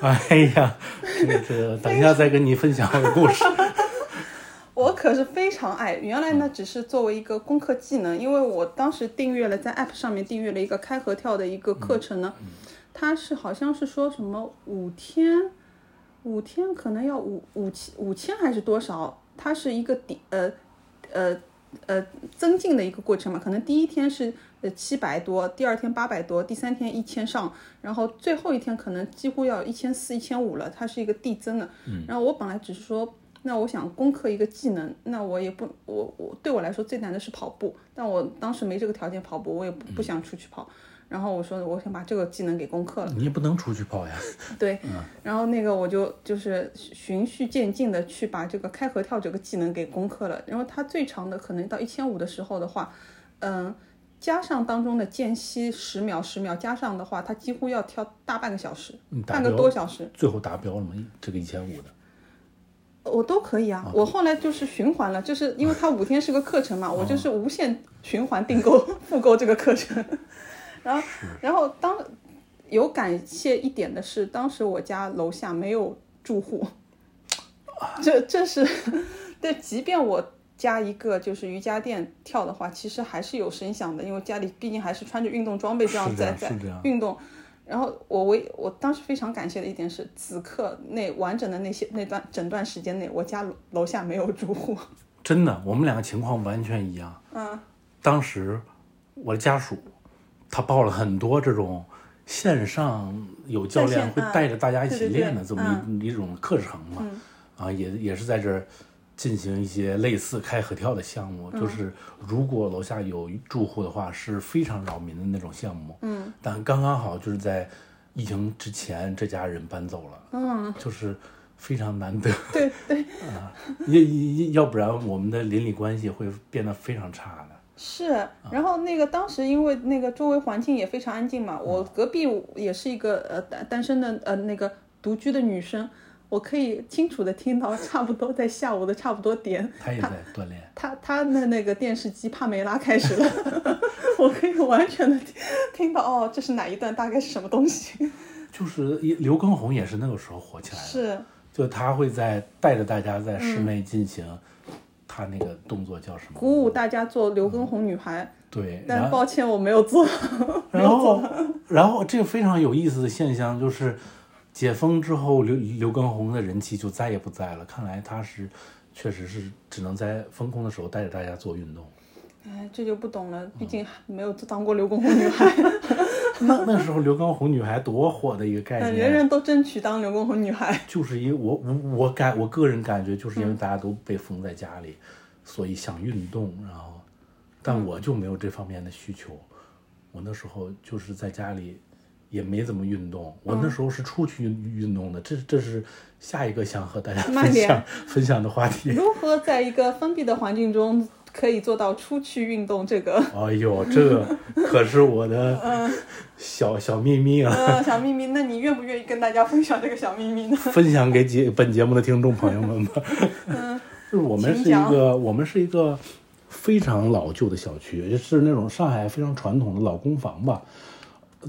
S1: 哎呀，这个这个，等一下再跟你分享我的故事。
S2: 我可是非常爱，原来呢只是作为一个功课技能，因为我当时订阅了在 App 上面订阅了一个开合跳的一个课程呢，它是好像是说什么五天，五天可能要五五千五千还是多少？它是一个底呃呃呃增进的一个过程嘛，可能第一天是呃七百多，第二天八百多，第三天一千上，然后最后一天可能几乎要一千四、一千五了，它是一个递增的。然后我本来只是说，那我想攻克一个技能，那我也不我我对我来说最难的是跑步，但我当时没这个条件跑步，我也不不想出去跑。然后我说我想把这个技能给攻克了。
S1: 你也不能出去跑呀。
S2: 对，然后那个我就就是循序渐进的去把这个开合跳这个技能给攻克了。然后它最长的可能到一千五的时候的话，嗯，加上当中的间隙十秒十秒加上的话，它几乎要跳大半个小时
S1: 你，达
S2: 半个
S1: 标
S2: 多小时，
S1: 最后达标了吗？这个一千五的，
S2: 我都可以啊。我后来就是循环了，就是因为它五天是个课程嘛，我就是无限循环订购 复购这个课程。然后，然后当有感谢一点的是，当时我家楼 下没有住户，这这是，对，即便我。加一个就是瑜伽垫跳的话，其实还是有声响的，因为家里毕竟还是穿着运动装备这样
S1: 是这
S2: 在
S1: 样
S2: 在
S1: 是这样
S2: 运动。然后我唯我当时非常感谢的一点是，此刻那完整的那些那段整段时间内，我家楼楼下没有住户。
S1: 真的，我们两个情况完全一样。
S2: 嗯，
S1: 当时我的家属，他报了很多这种线上有教
S2: 在
S1: 练
S2: 线
S1: 会
S2: 嗯
S1: 带着大家一起
S2: 对对对嗯
S1: 练的这么一一种课程嘛，啊，也也是在这儿进行一些类似开合跳的项目，
S2: 嗯
S1: 就是如果楼下有住户的话，是非常扰民的那种项目。嗯，但刚刚好就是在疫情之前，这家人搬走了。嗯，就是非常难得。啊
S2: 对 对，
S1: 要要要不然我们的邻里关系会变得非常差的。
S2: 是，然后那个当时因为那个周围环境也非常安静嘛，我隔壁也是一个呃单单身的呃那个独居的女生，我可以清楚的听到差不多在下午的差不多点，
S1: 他也在锻炼，
S2: 她她的那个电视机帕梅拉开始了， 我可以完全的听听到哦，这是哪一段，大概是什么东 西？
S1: 就是一刘畊宏也是那个时候火起来的，
S2: 是，
S1: 就他会在带着大家在室内进行他那个动作叫什么？
S2: 嗯鼓舞大家做刘畊宏女孩，
S1: 对，然
S2: 但
S1: 后
S2: 抱歉我没有做，
S1: 然后然后这个非常有意思的现象就是，解封之后刘刘畊宏的人气就再也不在了，看来他是确实是只能在风控的时候带着大家做运动。
S2: 哎，这就不懂了，毕竟没有当过刘畊宏女孩。
S1: 那那时候刘畊宏女孩多火的一个概
S2: 但
S1: 念，
S2: 呃
S1: 啊
S2: 人人都争取当刘畊宏女孩。
S1: 就是因为我我我感我个人感觉，就是因为大家都被封在家里，所以想运动，然后，
S2: 嗯
S1: 但我就没有这方面的需求。我那时候就是在家里，也没怎么运动。我
S2: 嗯
S1: 那时候是出去运运动的，这这是下一个想和大家
S2: 慢
S1: 分
S2: 点
S1: 享分享的话题。
S2: 如何在一个封闭的环境中可以做到出去运动？这个
S1: 哎呦，这个可是我
S2: 嗯
S1: 的小小秘密啊！
S2: 呃小秘密，那你愿不愿意跟大家分享这个小秘密呢？
S1: 分享给节 本节目的听众朋友们吧。就是我们是一
S2: 请
S1: 个，我们是一个非常老旧的小区，就是那种上海非常传统的老公房吧。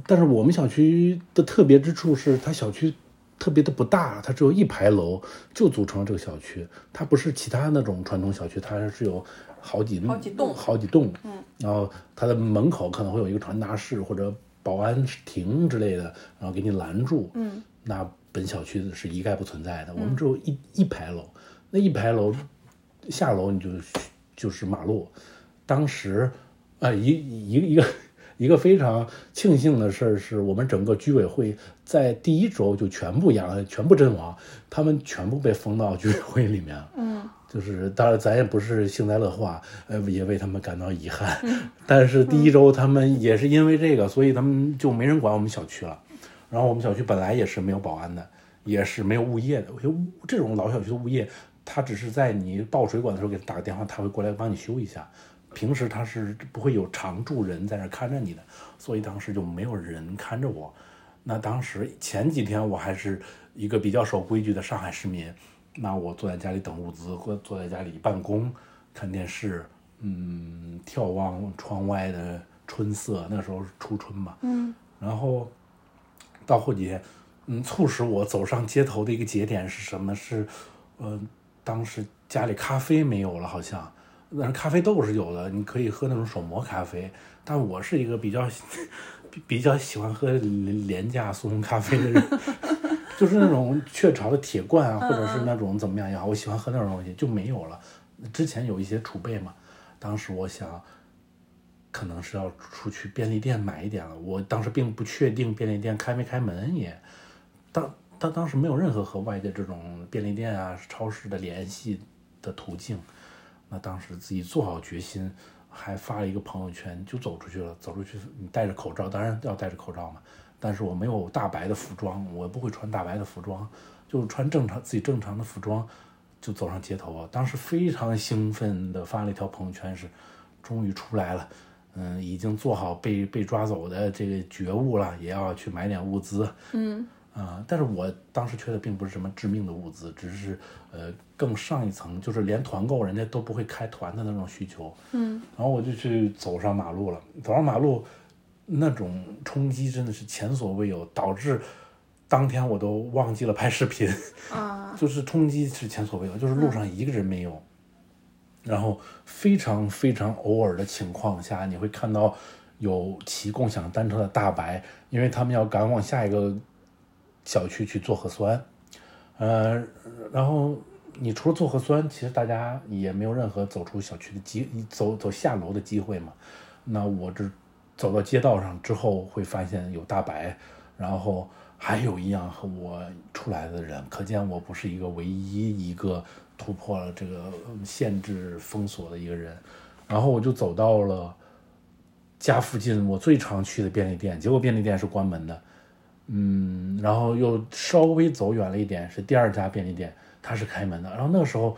S1: 但是我们小区的特别之处是，它小区特别的不大，它只有一排楼就组成了这个小区。它不是其他那种传统小区，它是有好几
S2: 好几栋
S1: 好几栋。嗯，然后它的门口可能会有一个传达室或者保安亭之类的，然后给你拦住。嗯，那本小区是一概不存在的，我
S2: 嗯
S1: 们只有一一排楼，那一排楼下楼你就就是马路。当时，呃，一一个一个一个非常庆幸的事儿是，我们整个居委会在第一周就全部阳，全部阵亡，他们全部被封到居委会里面。嗯，就是当然咱也不是幸灾乐祸，呃，也为他们感到遗憾。但是第一周他们也是因为这个，所以他们就没人管我们小区了。然后我们小区本来也是没有保安的，也是没有物业的。我觉得物这种老小区的物业，他只是在你爆水管的时候给他打个电话，他会过来帮你修一下。平时他是不会有常住人在那儿看着你的，所以当时就没有人看着我。那当时前几天我还是一个比较守规矩的上海市民，那我坐在家里等物资，或坐在家里办公、看电视，嗯，眺望窗外的春色，那时候是初春嘛，嗯，然后到后几天，嗯，促使我走上街头的一个节点是什么呢？是，呃，当时家里咖啡没有了，好像，但是咖啡豆是有的，你可以喝那种手磨咖啡。但我是一个比较 比比较喜欢喝廉廉价速溶咖啡的人， 就是那种雀巢的铁罐啊，或者是那种怎么样也好，我喜欢喝那种东西就没有了。之前有一些储备嘛，当时我想，可能是要出去便利店买一点了。我当时并不确定便利店开没开门也，当当当时没有任何和外界这种便利店啊、超市的联系的途径。那当时自己做好决心，还发了一个朋友圈，就走出去了。走出去，你戴着口罩，当然要戴着口罩嘛。但是我没有大白的服装，我不会穿大白的服装，就是穿正常自己正常的服装，就走上街头啊。当时非常兴奋的发了一条朋友圈是，终于出来了，嗯，已经做好被被抓走的这个觉悟了，也要去买点物资。啊、但是我当时缺的并不是什么致命的物资，只是呃更上一层，就是连团购人家都不会开团的那种需求。嗯，然后我就去走上马路了，走上马路，那种冲击真的是前所未有，导致当天我都忘记了拍视频。
S2: 啊，
S1: 就是冲击是前所未有，就是路上一个人没有。然后非常非常偶尔的情况下，你会看到有骑共享单车的大白，因为他们要赶往下一个小区去做核酸。呃，然后你除了做核酸，其实大家也没有任何走出小区的机走走下楼的机会嘛。那我这走到街道上之后，会发现有大白，然后还有一样和我出来的人，可见我不是一个唯一一个突破了这个嗯限制封锁的一个人。然后我就走到了家附近我最常去的便利店，结果便利店是关门的。嗯，然后又稍微走远了一点，是第二家便利店，它是开门的。然后那个时候，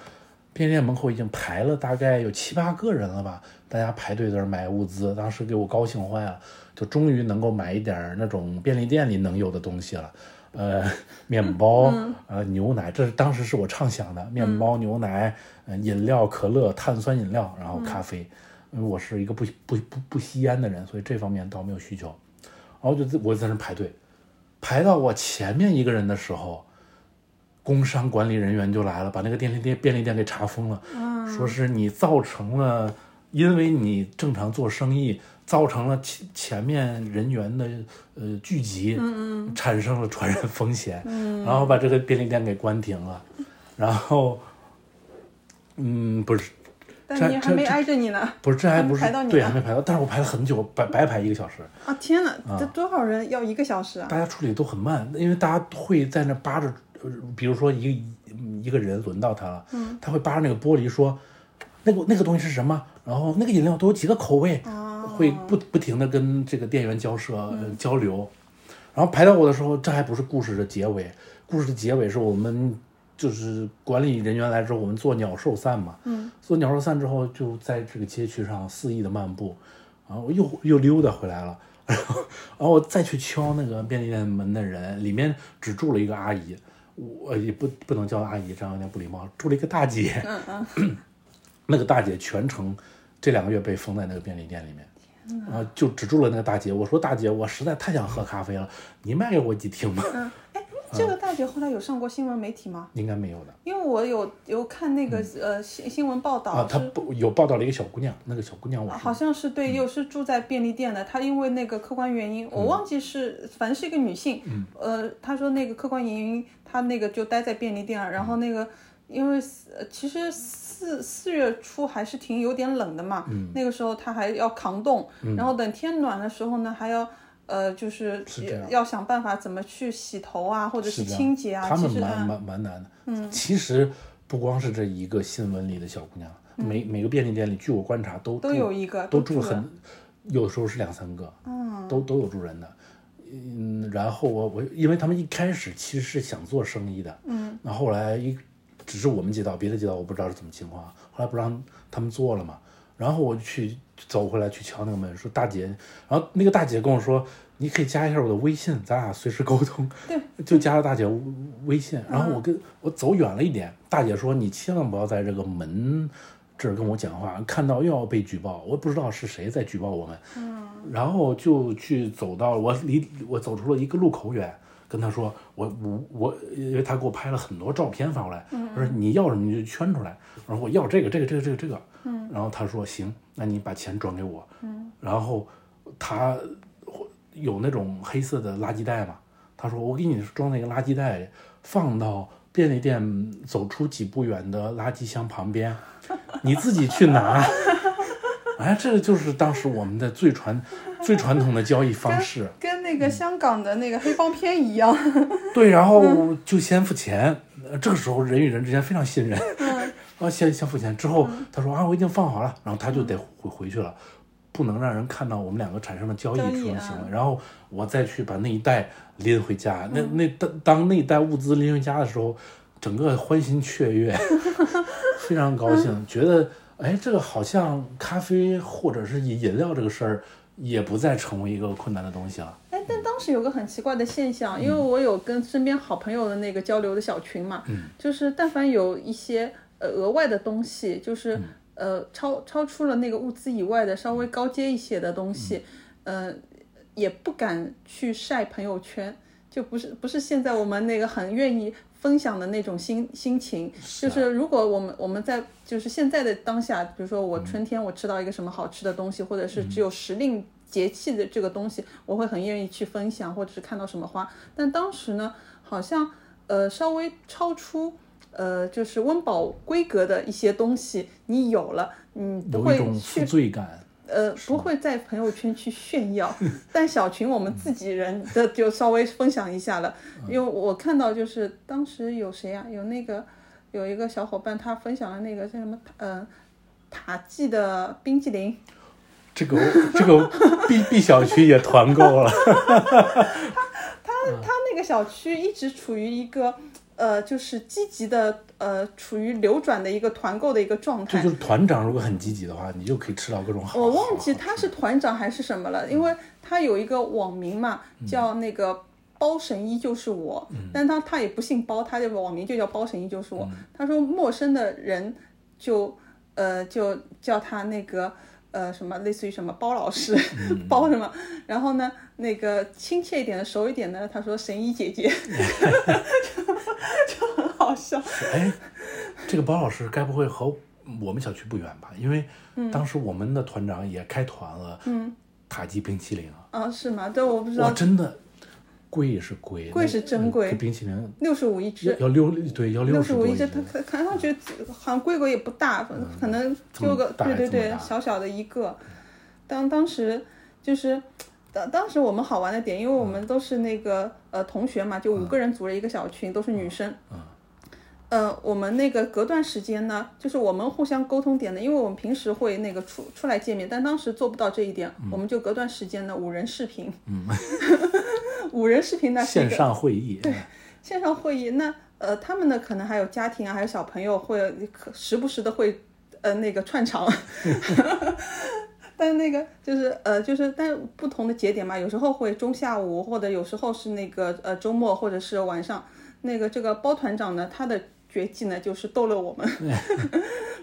S1: 便利店门口已经排了大概有七八个人了吧，大家排队在那儿买物资，当时给我高兴坏了，就终于能够买一点儿那种便利店里能有的东西了。呃，面包，呃，牛奶，这是当时是我畅想的，面包、牛奶、呃，饮料、可乐、碳酸饮料，然后咖啡。因为我是一个不不不不吸烟的人，所以这方面倒没有需求。然后就在我在那儿排队，排到我前面一个人的时候，工商管理人员就来了，把那个便利店便利店给查封了，
S2: 嗯
S1: 说是你造成了，因为你正常做生意，造成了前前面人员的呃聚集，
S2: 嗯
S1: 产生了传染风险，然后把这个便利店给关停了，然后，嗯，不是，这
S2: 但你还
S1: 这
S2: 没
S1: 这
S2: 挨着你呢。
S1: 不是，这还
S2: 还没
S1: 不是
S2: 排到你
S1: 对，
S2: 呢
S1: 还没排到，但是我排了很久，白白排一个小时。
S2: 啊天哪，这多少人要一个小时啊？
S1: 大家处理都很慢，因为大家会在那扒着，呃比如说一个一个人轮到他了，他会扒着那个玻璃说，那个那个东西是什么，然后那个饮料都有几个口味，会不不停的跟这个店员交涉、呃交流，然后排到我的时候，这还不是故事的结尾，故事的结尾是我们就是管理人员来之后，我们做鸟兽散嘛，嗯，做鸟兽散之后，就在这个街区上肆意的漫步，然后又又溜达回来了， 然后然后我再去敲那个便利店门的人，里面只住了一个阿姨，我呃也不不能叫阿姨，这样有点不礼貌，住了一个大姐，嗯嗯， 那个大姐全程这两个月被封在那个便利店里面。啊，就只住了那个大姐。我说大姐，我实在太想喝咖啡了，你卖给我几听吧？
S2: 嗯哎这个大姐后来有上过新闻媒体吗？
S1: 应该没有的
S2: 因为我有有看那个呃新新闻报
S1: 嗯啊。
S2: 道，
S1: 她
S2: 是
S1: 不有报道了一个小姑娘，那个小姑娘我是嗯
S2: 好像是对，又是住在便利店的。她因为那个客观原因，我忘记是，反正是一个女性。
S1: 嗯
S2: 呃，她说那个客观原因，她那个就待在便利店了。然后那
S1: 嗯
S2: 个，因为四呃其实四四月初还是挺有点冷的嘛，
S1: 嗯
S2: 那个时候她还要扛冻，然后等天暖的时候呢，还要。呃，就是
S1: 是这样
S2: 要想办法怎么去洗头啊，或者是
S1: 是这样
S2: 清洁啊。
S1: 他
S2: 其
S1: 们
S2: 实
S1: 蛮
S2: 嗯
S1: 蛮蛮难的。嗯，其实不光是这一个新闻里的小姑娘，每每个便利店里，据我观察都
S2: 嗯都
S1: 住
S2: 有一个
S1: 都
S2: 都住
S1: 住
S2: 了
S1: 很，有时候是两三个，嗯，都都有住人的。嗯，然后我我因为他们一开始其实是想做生意的，嗯，那后来一只是我们街道，别的街道我不知道是怎么情况，后来不让他们做了嘛，然后我就去走回来去敲那个门，说大姐，然后那个大姐跟我说，你可以加一下我的微信，咱俩随时沟通，
S2: 对，
S1: 就加了大姐微信，然后我跟我走远了一点，大姐说你千万不要在这个门这儿跟我讲话，看到又要被举报，我不知道是谁在举报我们，嗯，然后就去走到我离我走出了一个路口远，跟她说我我我，因为她给我拍了很多照片发过来，我说你要什么你就圈出来，我说我要这个这个这个这个这个，嗯，然后她说行，那你把钱转给我，嗯，然后她有那种黑色的垃圾袋嘛，他说我给你装那个垃圾袋，放到便利店走出几步远的垃圾箱旁边，你自己去拿。哎，这就是当时我们的最传最传统的交易方式。
S2: 跟那个香港的那个黑帮片一样。
S1: 对，然
S2: 嗯
S1: 后就先付钱。呃这个时候人与人之间非常信任，
S2: 嗯
S1: 啊，先先付钱之后，他说啊，我已经放好了，然后他就得
S2: 嗯
S1: 回回去了，不能让人看到我们两个产生了交易
S2: 交
S1: 这
S2: 易
S1: 种行
S2: 啊
S1: 为。然后我再去把那一袋拎回家，那
S2: 嗯
S1: 那当当那一袋物资拎回家的时候，整个欢欣 雀跃，非常高
S2: 嗯
S1: 兴，觉得哎，这个好像咖啡或者是饮饮料这个事儿也不再成为一个困难的东西了。
S2: 哎，但当时有个很奇怪的现象，因为我有跟身边好朋友的那个交流的小群嘛，就是但凡有一些呃额外的东西，就是、呃超超出了那个物资以外的稍微高阶一些的东西，呃也不敢去晒朋友圈，就不是不是现在我们那个很愿意。分享的那种心心情。
S1: 是
S2: 就
S1: 啊
S2: 是如果我们我们在就是现在的当下，比如说我春天我吃到一个什么好吃的东西，或者是
S3: 嗯
S2: 只有时令节气的这个东西，我会很愿意去分享，或者是看到什么花。但当时呢，好像呃稍微超出。呃，就是温饱规格的一些东西，你有了，你不
S3: 有一
S2: 会
S3: 种
S2: 去
S3: 负罪感。
S2: 呃，不会在朋友圈去炫耀，但小群我们自己人的就稍微分享一下了，因为我看到就是当时有谁呀、有那个有一个小伙伴他分享了那个叫什么呃塔记的冰激凌，
S1: 这个这个 B B 小区也团购了，
S2: 他那个小区一直处于一个呃就是积极的呃处于流转的一个团购的一个状
S1: 这
S2: 态
S1: 就，是团长如果很积极的话，你就可以吃到各种好。
S2: 我忘记他是团长还是什么了，因为他有一个网名嘛，叫那个包神医就是我，但他他也不姓包，他的网名就叫包神医就是我。他说陌生的人就呃就叫他那个呃什么类似于什么包老师、 包什么，然后呢那个亲切一点的熟一点的，他说神医姐 姐，就很好笑。
S1: 哎，这个包老师该不会和我们小区不远吧？因为
S2: 嗯
S1: 当时我们的团长也开团了，嗯，塔吉冰淇淋啊，
S2: 啊，是吗？对，我不知
S1: 哇，
S2: 道，
S1: 真的贵是贵，
S2: 贵是真贵
S1: 那个冰淇淋
S2: 六十五一只
S1: 要。要六对要
S2: 六
S1: 六
S2: 十
S1: 十
S2: 五
S1: 多
S2: 一
S1: 一
S2: 只，
S1: 只，
S2: 它看看上去好像规格也不大，反正可能
S1: 嗯这么
S2: 就个
S1: 大
S2: 对对
S1: 这么
S2: 对
S1: 大，
S2: 小小的一个。当当时就是当当时我们好玩的点，因为我
S1: 嗯
S2: 们都是那个呃同学嘛，就五个人组了一个小群，都是女生。
S1: 嗯
S2: 呃，我们那个隔段时间呢，就是我们互相沟通点的，因为我们平时会那个出出来见面，但当时做不到这一点，
S1: 嗯
S2: 我们就隔段时间呢五人视频。嗯， 五人视频呢是一
S1: 线
S2: 个
S1: 上会议，啊对，
S2: 线上会议，那呃，他们呢可能还有家庭啊，还有小朋友会可时不时的会呃那个串场， 但那个就是呃就是但不同的节点嘛，有时候会中下午，或者有时候是那个呃周末，或者是晚上。那个这个包团长呢，他的绝技呢就是逗乐我们，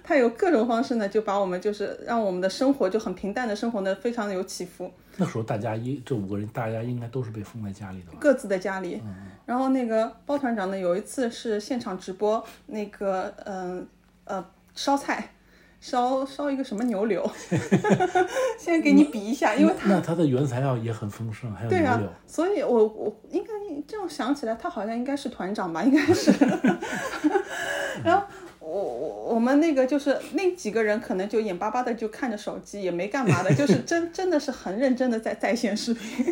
S2: 他有各种方式呢，就把我们就是让我们的生活就很平淡的生活呢非常的有起伏。
S1: 那时候大家一这五个人，大家应该都是被封在家里的吧？
S2: 各自的家里。
S1: 嗯
S2: 然后那个包团长呢，有一次是现场直播，那个嗯呃烧菜，烧烧一个什么牛 柳，现在给你比一下，因为
S1: 那它的原材料也很丰盛，还有牛
S2: 对啊
S1: 柳，，
S2: 所以我我应该这样想起来，他好像应该是团长 吧，应该是。 然后我我我们那个就是那几个人可能就眼巴巴的就看着手机，也没干嘛的，就是真 真的是很认真的在在线视频。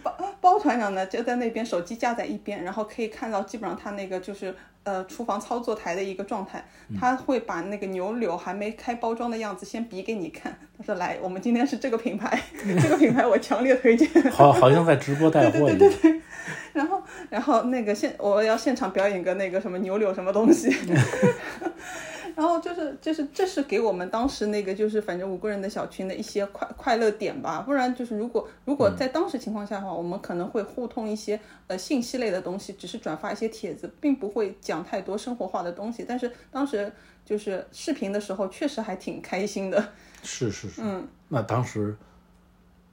S2: 包包团长呢就在那边手机架在一边，然后可以看到基本上他那个就是呃厨房操作台的一个状态，他会把那个牛柳还没开包装的样子先比给你看，他说来，我们今天是这个品牌， 这个品牌我强烈推荐。
S1: 好好像在直播带货一样。
S2: 然后，然后那个现我要现场表演个那个什么牛柳什么东西，然后就是就是这是给我们当时那个就是反正五个人的小群的一些快快乐点吧，不然就是如果如果在当时情况下的话，我们可能会互通一些呃信息类的东西，只是转发一些帖子，并不会讲太多生活化的东西。但是当时就是视频的时候，确实还挺开心的。
S1: 是是是，嗯，那当时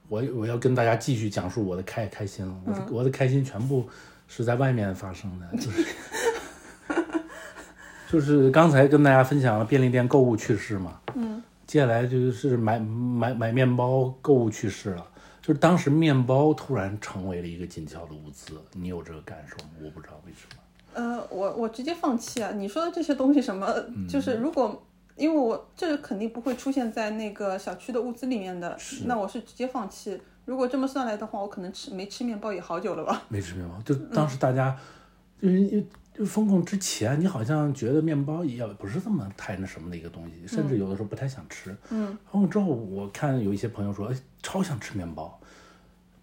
S1: 我我要跟大家继续讲述我的开开心了，我的、我的开心全部是在外面发生 的，就是就是刚才跟大家分享了便利店购物趣事嘛，嗯，接下来就是买买买面包购物趣事了。就是当时面包突然成为了一个紧俏的物资，你有这个感受吗？我不知道为什么。
S2: 呃，我我直接放弃啊！你说的这些东西什么，
S1: 嗯
S2: 就是如果因为我这肯定不会出现在那个小区的物资里面的，那我是直接放弃。如果这么算来的话，我可能吃没吃面包也好久了吧？
S1: 没吃面包，就当时大家，就是因为就风控之前，你好像觉得面包也不是这么太那什么的一个东西，甚至有的时候不太想吃。嗯，风控之后，我看有一些朋友说，哎，超想吃面包，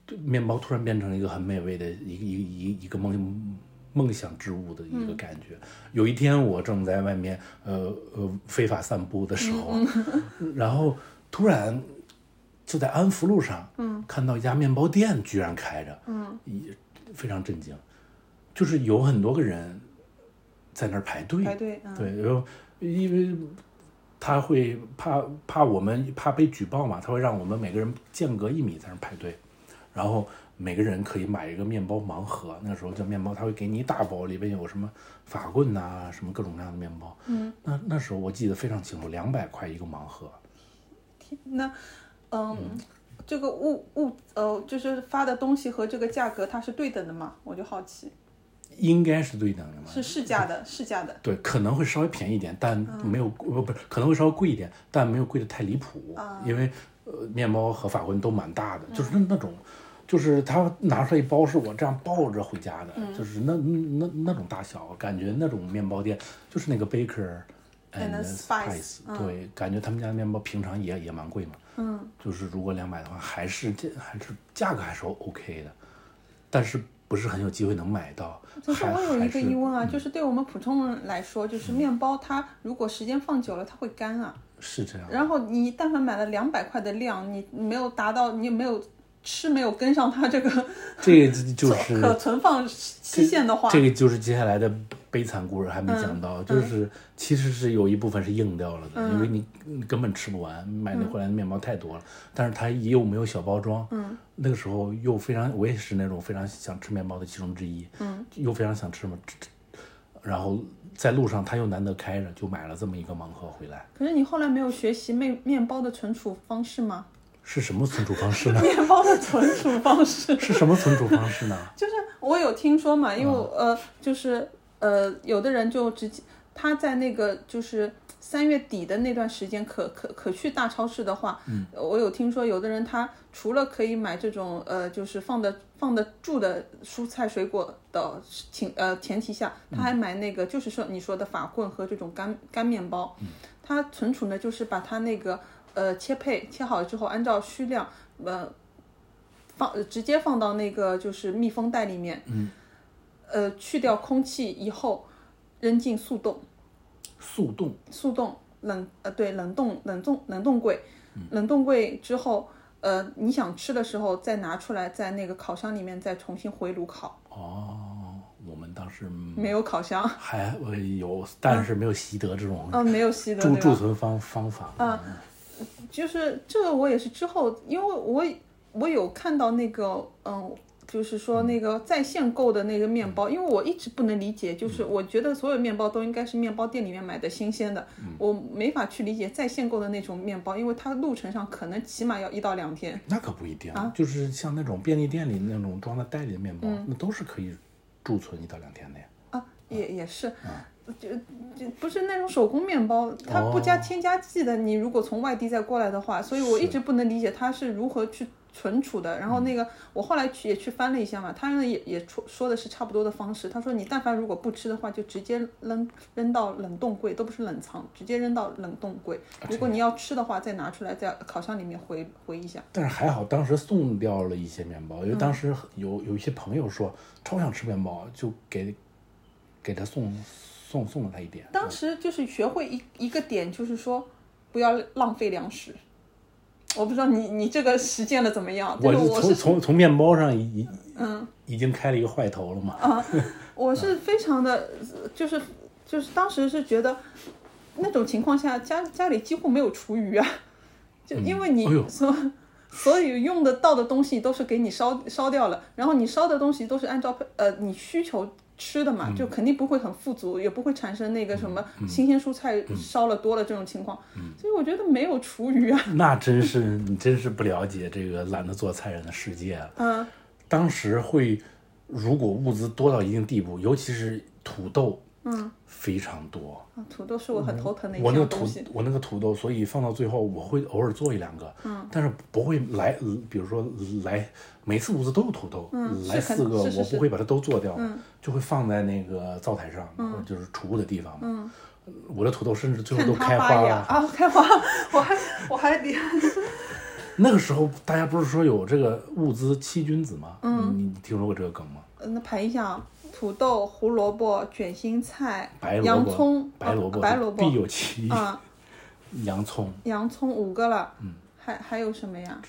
S1: 对，面包突然变成了一个很美味的一个一个一个一个梦梦想之物的一个感觉。有一天，我正在外面呃呃非法散步的时候，啊 然后突然就在安福路上，嗯，看到一家面包店居然开着，嗯，也非常震惊，就是有很多个人在那儿排队，
S2: 排队，嗯，
S1: 对，然后因为他会怕怕我们怕被举报嘛，他会让我们每个人间隔一米在那儿排队，然后每个人可以买一个面包盲盒，那时候叫面包，他会给你一大包，里边有什么法棍呐、什么各种各样的面包。嗯，那那时候我记得非常清楚，两百块一个盲盒。
S2: 那，嗯，这个物物呃，就是发的东西和这个价格它是对等的吗？我就好奇，
S1: 应该是对等的嘛？
S2: 是市价的，市价的
S1: 对，可能会稍微便宜一点，但
S2: 嗯
S1: 没有呃不、不是，可能会稍微贵一点，但没有贵的太离谱，
S2: 嗯
S1: 因为呃，面包和法棍都蛮大的，就是那那种，就是他拿出来一包是我这样抱着回家的，
S2: 嗯
S1: 就是那那那种大小，感觉那种面包店就是那个 Baker。
S2: And
S1: and
S2: Spice，嗯
S1: 对，感觉他们家的面包平常也也蛮贵嘛，嗯，就是如果两百的话，还是这还是价格还是 OK 的，但是不是很有机会能买到。
S2: 就是
S1: 还
S2: 我有
S1: 还
S2: 一个
S1: 是嗯
S2: 疑问啊，就是对我们普通人来说，就是面包它如果时间放久了，它会干啊。
S1: 是这样，
S2: 然后你但凡买了两百块的量，你你没有达到，你也没有吃，没有跟上它这个
S1: 这个 就是
S2: 可存放期限的话，嗯
S1: 这个就是接下来的悲惨故事还没讲到，就是其实是有一部分是硬掉了的，因
S2: 嗯
S1: 为你你根本吃不完，买那回来的面包太多了，但是它又没有小包装，嗯，那个时候又非常，我也是那种非常想吃面包的其中之一，嗯，又非常想吃嘛，吃吃然后在路上他又难得开着，就买了这么一个盲盒回来，
S2: 可是你后来没有学习面面包的存储方式吗？
S1: 是什么存储方式呢？
S2: 面包的存储方式，
S1: 是什么存储方式呢？
S2: 就是我有听说嘛，因为我、呃，就是呃，有的人就直接他在那个就是三月底的那段时间可，可可去大超市的话，嗯，我有听说有的人他除了可以买这种呃，就是放的放得住的蔬菜水果的情呃前提下，他还买那个就是说你说的法棍和这种干干面包，他存储呢就是把它那个呃切配切好了之后，按照需量呃放呃直接放到那个就是密封袋里面，嗯，呃，去掉空气以后，扔进速冻，
S1: 速冻
S2: 速冻冷呃对冷冻冷冻冷冻柜，冷冻柜之后，呃，你想吃的时候再拿出来，在那个烤箱里面再重新回炉烤，
S1: 哦，我们当时
S2: 没有烤箱，
S1: 还呃有，但是没有习得这种
S2: 嗯、没有熄
S1: 贮
S2: 灯，嗯对嗯
S1: 贮
S2: 吧？
S1: 存方方法。
S2: 就是这个我也是之后，因为我我有看到那个嗯。就是说，那个在线购的那个面包，因为我一直不能理解，就是我觉得所有面包都应该是面包店里面买的新鲜的，我没法去理解在线购的那种面包，因为它路程上可能起码要一到两天。
S1: 那可不一定，
S2: 啊
S1: 就是像那种便利店里那种装在袋里的面包，
S2: 嗯
S1: 那都是可以贮存一到两天的呀。
S2: 啊，也也是，就就不是那种手工面包，它不加添加剂的。你如果从外地再过来的话，所以我一直不能理解它是如何去存储的。然后那个我后来去也去翻了一下嘛，他们也也说说的是差不多的方式。他说你但凡如果不吃的话，就直接扔扔到冷冻柜，都不是冷藏，直接扔到冷冻柜。如果你要吃的话，再拿出来在烤箱里面回回一下。
S1: 但是还好，当时送掉了一些面包，
S2: 嗯
S1: 因为当时有有一些朋友说超想吃面包，就给给他送送送了他一点。
S2: 当时就是学会一一个点，就是说不要浪费粮食。我不知道你你这个实践的怎么样，但
S1: 我
S2: 是
S1: 就
S2: 我
S1: 从
S2: 是
S1: 从从面包上已嗯已经开了一个坏头了嘛。
S2: 我是非常的，就是就是当时是觉得那种情况下家家里几乎没有厨余啊，就因为你
S1: 哎呦
S2: 所、所有用得到的东西都是给你烧烧掉了，然后你烧的东西都是按照呃你需求吃的嘛，
S1: 嗯
S2: 就肯定不会很富足，也不会产生那个什么新鲜蔬菜
S1: 嗯
S2: 烧了多了这种情况，所以我觉得没有厨余啊，
S1: 那真是你真是不了解这个懒得做菜人的世界啊！
S2: 嗯，
S1: 当时会，如果物资多到一定地步，尤其是土豆，嗯，非常多。
S2: 啊土豆是我很头疼的一
S1: 我那个
S2: 样
S1: 土
S2: 东西，
S1: 我那个土豆，所以放到最后我会偶尔做一两个，嗯，但是不会来，呃比如说来每次物资都有土豆，
S2: 嗯
S1: 来
S2: 是很
S1: 四个
S2: 是是
S1: 我
S2: 是嗯
S1: 不会把它都做掉，就会放在那个灶台上，或者就是储物的地方嘛。我的土豆甚至最后
S2: 看
S1: 都
S2: 嗯它
S1: 开花
S2: 芽
S1: 了，
S2: 啊，开花，我还我还得。
S1: 那个时候大家不是说有这个物资七君子吗？嗯，你听说过这个梗吗？
S2: 呃那盘一下啊，土豆、胡萝卜、卷心菜、
S1: 白萝卜、
S2: 洋葱、
S1: 白萝卜、
S2: 啊白萝卜
S1: 必有其一。
S2: 啊、
S1: 洋葱，
S2: 洋葱五个了，
S1: 嗯
S2: 还还有什么呀？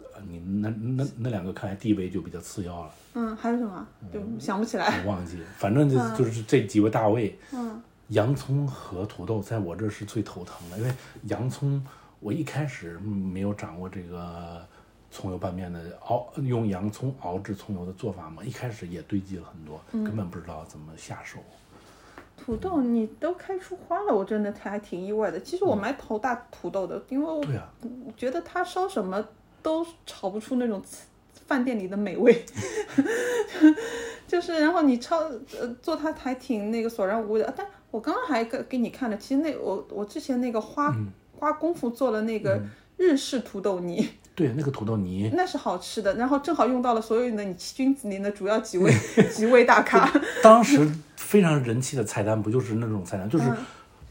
S1: 呃你那那那两个看来地位就比较次要了，
S2: 嗯，还有什么？就想不起来。
S1: 我忘记，反正就就是这几位大卫，
S2: 啊嗯，
S1: 洋葱和土豆在我这是最头疼的，因为洋葱我一开始没有掌握这个葱油拌面的熬，用洋葱熬制葱油的做法嘛，一开始也堆积了很多，
S2: 嗯
S1: 根本不知道怎么下手。
S2: 土豆你都开出花了，我真的还挺意外的。其实我蛮头大土豆的，因为我
S1: 嗯对啊，
S2: 觉得它烧什么都炒不出那种饭店里的美味， 就是然后你炒呃做它还挺那个索然无味的。啊但我刚刚还给给你看了，其实那我我之前那个花、
S1: 嗯
S2: 花功夫做了那个日式土豆泥，
S1: 对，那个土豆泥，
S2: 那是好吃的。然后正好用到了所有的你七君子里的主要 几位几位大咖，
S1: 当时非常人气的菜单，不就是那种菜单，
S2: 嗯
S1: 就是、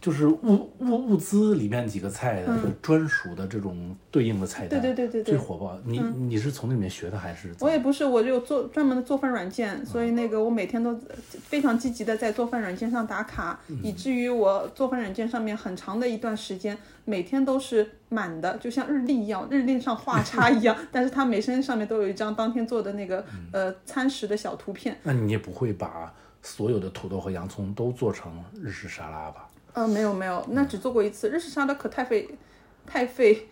S1: 就是物物物资里面几个菜的、专属的这种对应的菜单，
S2: 嗯对对对对嗯
S1: 最火爆。你、你是从那里面学的还是怎
S2: 我
S1: 么？
S2: 也不是，我就做专门的做饭软件，所以那个我每天都非常积极的在做饭软件上打卡，
S1: 嗯
S2: 以至于我做饭软件上面很长的一段时间，每天都是满的，就像日历一样，日历上画 叉一样，但是它每身上面都有一张当天做的那个
S1: 嗯
S2: 呃餐食的小图片。
S1: 那你也不会把所有的土豆和洋葱都做成日式沙拉吧？
S2: 呃，没有没有，那只做过一次日式沙拉，可太费太费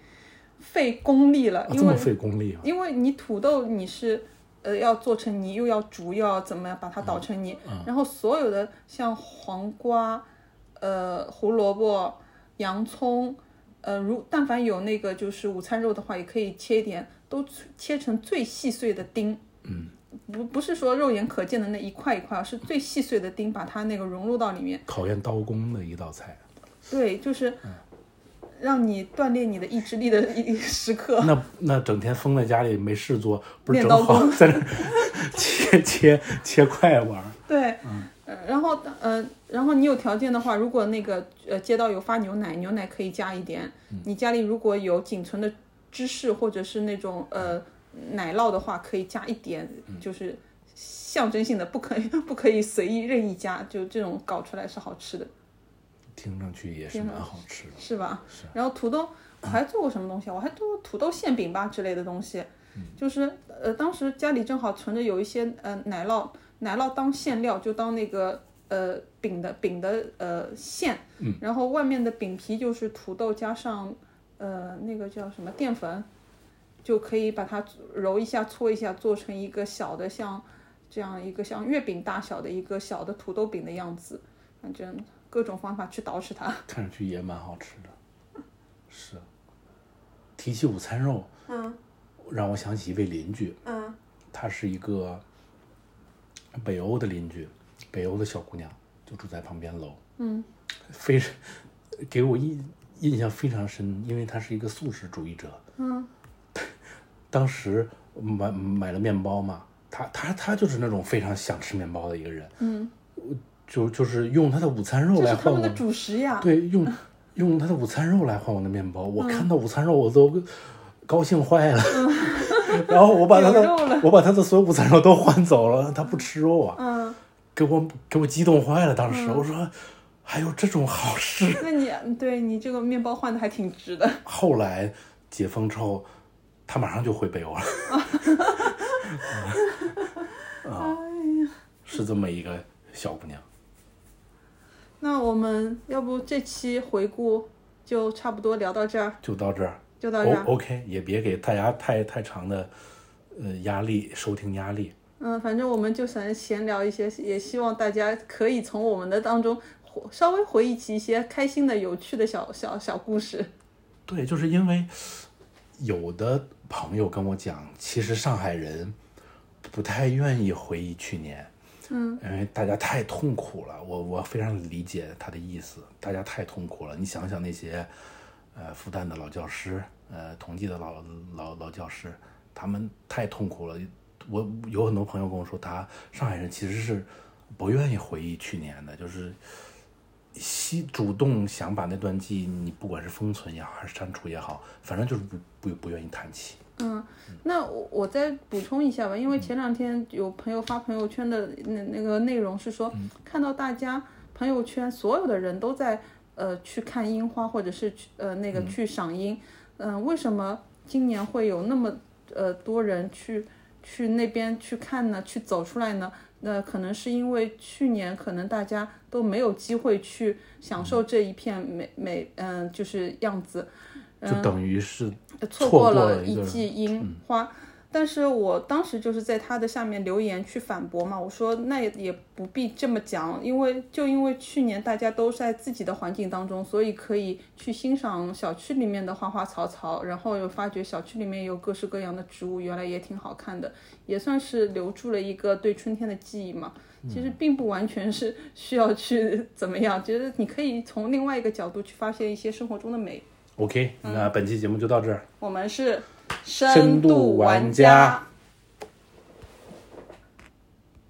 S2: 费功力了
S1: 啊，，
S2: 因
S1: 这么
S2: 为
S1: 费功力啊！
S2: 因为你土豆你是呃要做成泥，又要煮，又要怎么样把它捣成泥，然后所有的像黄瓜、呃胡萝卜、洋葱，呃如但凡有那个就是午餐肉的话，也可以切一点，都切成最细碎的丁。嗯。不不是说肉眼可见的那一块一块，是最细碎的丁，把它那个融入到里面。
S1: 考验刀工的一道菜，
S2: 对，就是让你锻炼你的意志力的一一时刻。
S1: 那那整天封在家里没事做，不是
S2: 练
S1: 正
S2: 哦刀
S1: 好在那儿 切切切块玩儿？
S2: 对，呃，然后呃，然后你有条件的话，如果那个呃街道有发牛奶，牛奶可以加一点。你家里如果有仅存的芝士或者是那种呃奶酪的话，可以加一点，就是象征性的，不可以不可以随意任意加，就这种搞出来是好吃的，
S1: 听上去也是
S2: 天
S1: 蛮好吃的。
S2: 是吧？然后土豆我还做过什么东西啊？我还做过土豆馅饼吧之类的东西，就是呃当时家里正好存着有一些呃奶酪，奶酪当馅料就当那个呃饼的饼的呃馅，然后外面的饼皮就是土豆加上呃那个叫什么淀粉，就可以把它揉一下搓一下，做成一个小的像这样一个像月饼大小的一个小的土豆饼的样子，反正各种方法去捯饬它。
S1: 看上去也蛮好吃的。是，提起午餐肉，
S2: 嗯
S1: 让我想起一位邻居，
S2: 嗯
S1: 她是一个北欧的邻居，北欧的小姑娘，就住在旁边楼，
S2: 嗯
S1: 非常给我印印象非常深，因为她是一个素食主义者。
S2: 嗯
S1: 当时买买了面包嘛，她她她就是那种非常想吃面包的一个人，
S2: 嗯，
S1: 就就是用她的午餐肉
S2: 这
S1: 来
S2: 是他
S1: 换
S2: 们
S1: 我
S2: 的主食呀。
S1: 对，用用他的午餐肉来换我的面包，
S2: 嗯
S1: 我看到午餐肉我都高兴坏了。 然后我把他
S2: 嗯 有肉
S1: 的
S2: 了
S1: 我把他的所有午餐肉都换走了，他不吃肉啊，
S2: 嗯，
S1: 给我给我激动坏了。当时我说还有这种好事。
S2: 那你对你这个面包换的还挺值的。
S1: 后来解封之后，他马上就回北欧 了。 嗯
S2: 哎呀，
S1: 是这么一个小姑娘，
S2: 那我们要不这期回顾就差不多聊到这儿，
S1: 就到这儿。
S2: 就到这
S1: O
S2: 儿。
S1: 哦 OK，也别给大家太太长的呃压力，收听压力。
S2: 嗯，反正我们就想闲聊一些，也希望大家可以从我们的当中回稍微回忆起一些开心的、有趣的小小小故事。
S1: 对，就是因为有的朋友跟我讲，其实上海人不太愿意回忆去年，
S2: 嗯，
S1: 因为大家太痛苦了。我我非常理解他的意思，大家太痛苦了。你想想那些呃复旦的老教师，呃同济的老老老教师，他们太痛苦了。我有很多朋友跟我说，他上海人其实是不愿意回忆去年的，就是希主动想把那段记忆，你不管是封存也好，还是删除也好，反正就是不不不愿意谈起。
S2: 嗯，那我我再补充一下吧，因为前两天有朋友发朋友圈的那那个内容是说，看到大家朋友圈所有的人都在呃去看樱花，或者是去呃那个去赏樱，嗯、为什么今年会有那么呃多人去去那边去看呢？去走出来呢？那可能是因为去年可能大家呃都没有机会去享受这一片美美，嗯、就是样子，
S1: 就等于是
S2: 错
S1: 过
S2: 了
S1: 一
S2: 一
S1: 个嗯
S2: 季樱花。但是我当时就是在他的下面留言去反驳嘛，我说那也也不必这么讲，因为就因为去年大家都是在自己的环境当中，所以可以去欣赏小区里面的花花草草，然后又发觉小区里面有各式各样的植物，原来也挺好看的，也算是留住了一个对春天的记忆嘛。
S1: 嗯
S2: 其实并不完全是需要去 怎么样，觉得你可以从另外一个角度去发现一些生活中的美。
S1: OK，那本期节目就到这儿。
S2: 我们是
S1: 深度玩家。